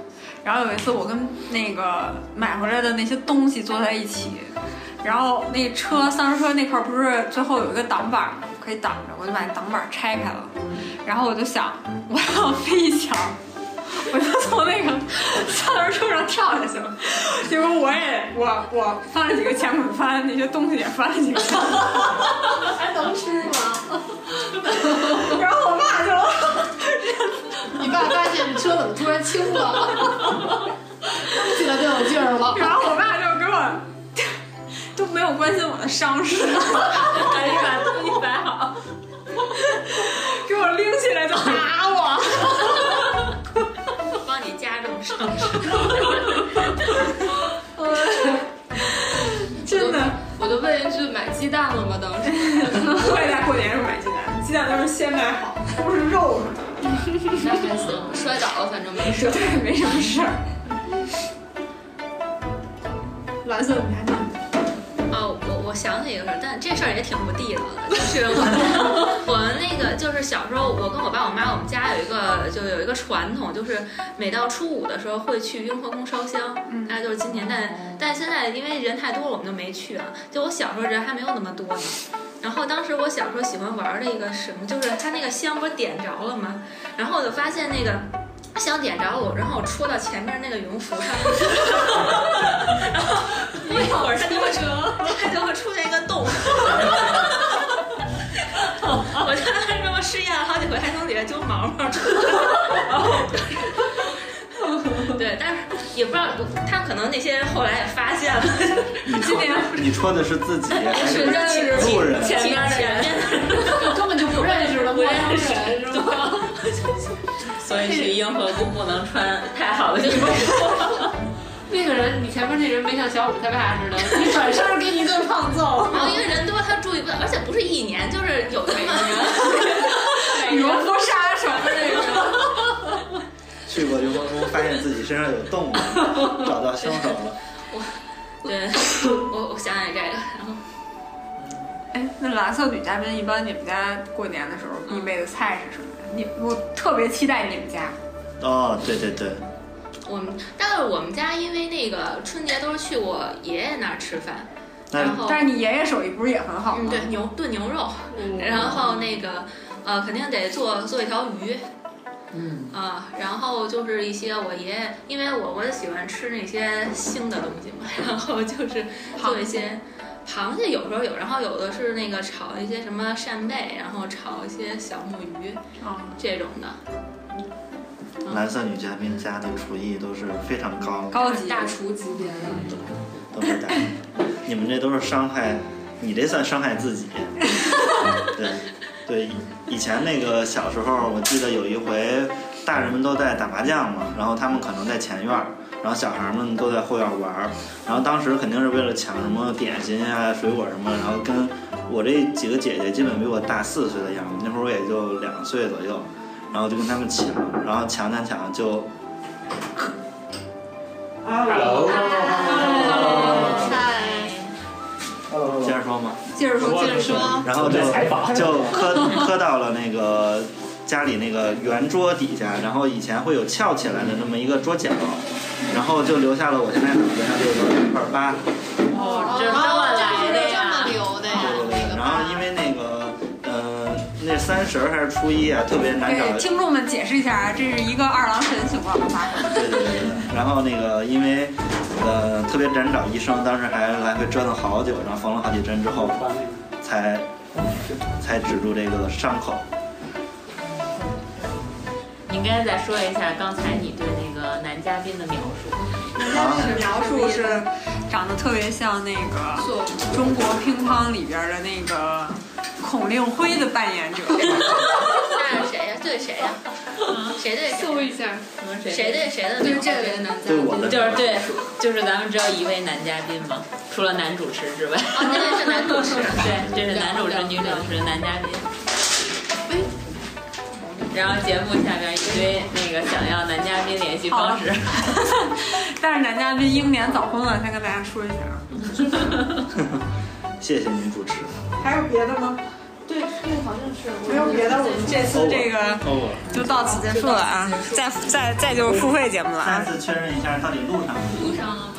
Speaker 3: 然后有一次，我跟那个买回来的那些东西坐在一起，然后那车三轮车那块儿不是最后有一个挡板儿可以挡着，我就把那挡板儿拆开了，然后我就想我要飞翔，我就从那个三轮车上跳下去了。结果我也我我翻了几个前滚翻，那些东西也翻了几个 前滚翻，还能吃吗？ 然后我爸就，
Speaker 9: 你爸发现这车怎么突然轻了， 蹬起来更有劲儿了。
Speaker 3: 然后我爸就给我都没有关心我的伤势，
Speaker 7: 赶紧把东西摆好。
Speaker 3: 给我拎起来就打我。
Speaker 7: 帮你加重伤
Speaker 3: 真的，
Speaker 8: 我就问一句，买鸡蛋了吗？当时
Speaker 3: 我也在过年时候买鸡蛋，鸡蛋都是先买好，不是肉什么的。
Speaker 8: 那还行，摔倒了反正没事。
Speaker 3: 对，没什么事儿。蓝色女孩子，
Speaker 7: 啊，我我想起一个事儿，但这事儿也挺不地道的，就是我我们那个就是小时候，我跟我爸我妈，我们家有一个就有一个传统，就是每到初五的时候会去雍和宫烧香，
Speaker 3: 嗯
Speaker 7: 那就是今年，但但现在因为人太多了，我们就没去啊。就我小时候人还没有那么多呢。然后当时我小时候喜欢玩的一个什么，就是它那个香不是点着了吗？然后我就发现那个香点着了我，然后我戳到前面那个羽绒服上，然后
Speaker 9: 哎
Speaker 7: 一会儿它就会 它就会出现一个洞。 我就这么试验了好几回，还从底下揪毛毛出来。 对，但是也不知道，他可能那些人后来也发现了，
Speaker 11: 你戳你戳的是自己还是路人？
Speaker 7: 前面的人，
Speaker 9: 根 本就不认识的陌生人 是吧？
Speaker 7: 所以去雍和宫不能穿太好的衣服。
Speaker 9: 那个人，你前面那人没像小五太怕似的， 你转身给你一顿胖揍。
Speaker 7: 然后因为人多，他注意不到，而且不是一年，就是有 这么人，
Speaker 3: 羽绒服杀手那个。
Speaker 11: 去过雍和宫，发现自己身上有洞了，找到凶手了。
Speaker 7: 对，我我想想这个，然后
Speaker 3: 哎，那蓝色女嘉宾一般你们家过年的时候
Speaker 7: 嗯
Speaker 3: 必备的菜是什么呀？你我特别期待你们家，
Speaker 11: 哦，对对对，
Speaker 7: 我
Speaker 3: 嗯
Speaker 7: 们， 但是我们家因为那个春节都是去我爷爷那儿吃饭，然后
Speaker 3: 但是你爷爷手艺不是也很好
Speaker 7: 嗯
Speaker 3: 吗？嗯
Speaker 7: 对牛炖牛肉，然后那个呃肯定得做做一条鱼，
Speaker 9: 嗯，
Speaker 7: 啊，然后就是一些我爷爷，因为我我喜欢吃那些腥的东西嘛， 然后就是做一些螃蟹，有时候有，然后有的是那个炒一些什么扇贝，然后炒一些小木鱼
Speaker 8: 哦
Speaker 3: 啊，
Speaker 7: 这种的，
Speaker 11: 蓝色女嘉宾家的厨艺都是非常高，
Speaker 3: 高级
Speaker 8: 大厨级别的，
Speaker 3: 嗯
Speaker 11: 都是大。你们这都是伤害，你这算伤害自己。对，对，以前那个小时候，我记得有一回，大人们都在打麻将嘛，然后他们可能在前院儿，然后小孩们都在后院玩儿，然后当时肯定是为了抢什么点心啊、水果什么，然后跟我这几个姐姐基本比我大四岁的样子，那会儿我也就两岁左右，然后就跟他们抢，然后抢抢抢就。
Speaker 12: Hello，
Speaker 11: 接着说吗？
Speaker 8: 接着说，接着说。
Speaker 11: 然后就就磕磕到了那个家里那个圆桌底下，然后以前会有翘起来的那么一个桌角，然后就留下了我现在脑子上这个块疤。
Speaker 8: 哦，这么来的呀？
Speaker 11: 对对对。然后因为那个呃，那三十儿还是初一啊，特别难
Speaker 3: 给
Speaker 11: 找。
Speaker 3: 听众们解释一下啊，这是一个二郎神情况的发生。
Speaker 11: 对对对对。然后那个因为呃特别难找医生，当时还来回折腾好久，然后缝了好几针之后，才才止住这个伤口。
Speaker 9: 你应该再说一下刚才你对那个男嘉宾的描述。
Speaker 3: 人家那个描述是长得特别像那个中国乒乓里边的那个孔令辉的扮演者。
Speaker 7: 那是谁呀？对谁呀？谁对
Speaker 8: 嗯
Speaker 7: 谁？嗯
Speaker 8: 搜一下，
Speaker 7: 谁对谁的？
Speaker 8: 就是这位男嘉
Speaker 11: 对我的
Speaker 9: 就是对，就是咱们只有一位男嘉宾嘛，除了男主持之外。
Speaker 7: 哦，那位是男主持
Speaker 9: 对，这是男主持、女主持、男嘉宾。哎然后节目下边一堆那个想要男嘉宾联系方式。
Speaker 3: 但是男嘉宾英年早婚了，先跟大家说一下。啊
Speaker 11: 谢谢您主持。
Speaker 3: 还有别的吗？
Speaker 8: 对，对，好像是。
Speaker 3: 没有别的，我们这次这个就到此结束了啊！再再再就是付费节目了啊！
Speaker 11: 再次确认一下，到底录上没？
Speaker 8: 路上了吗？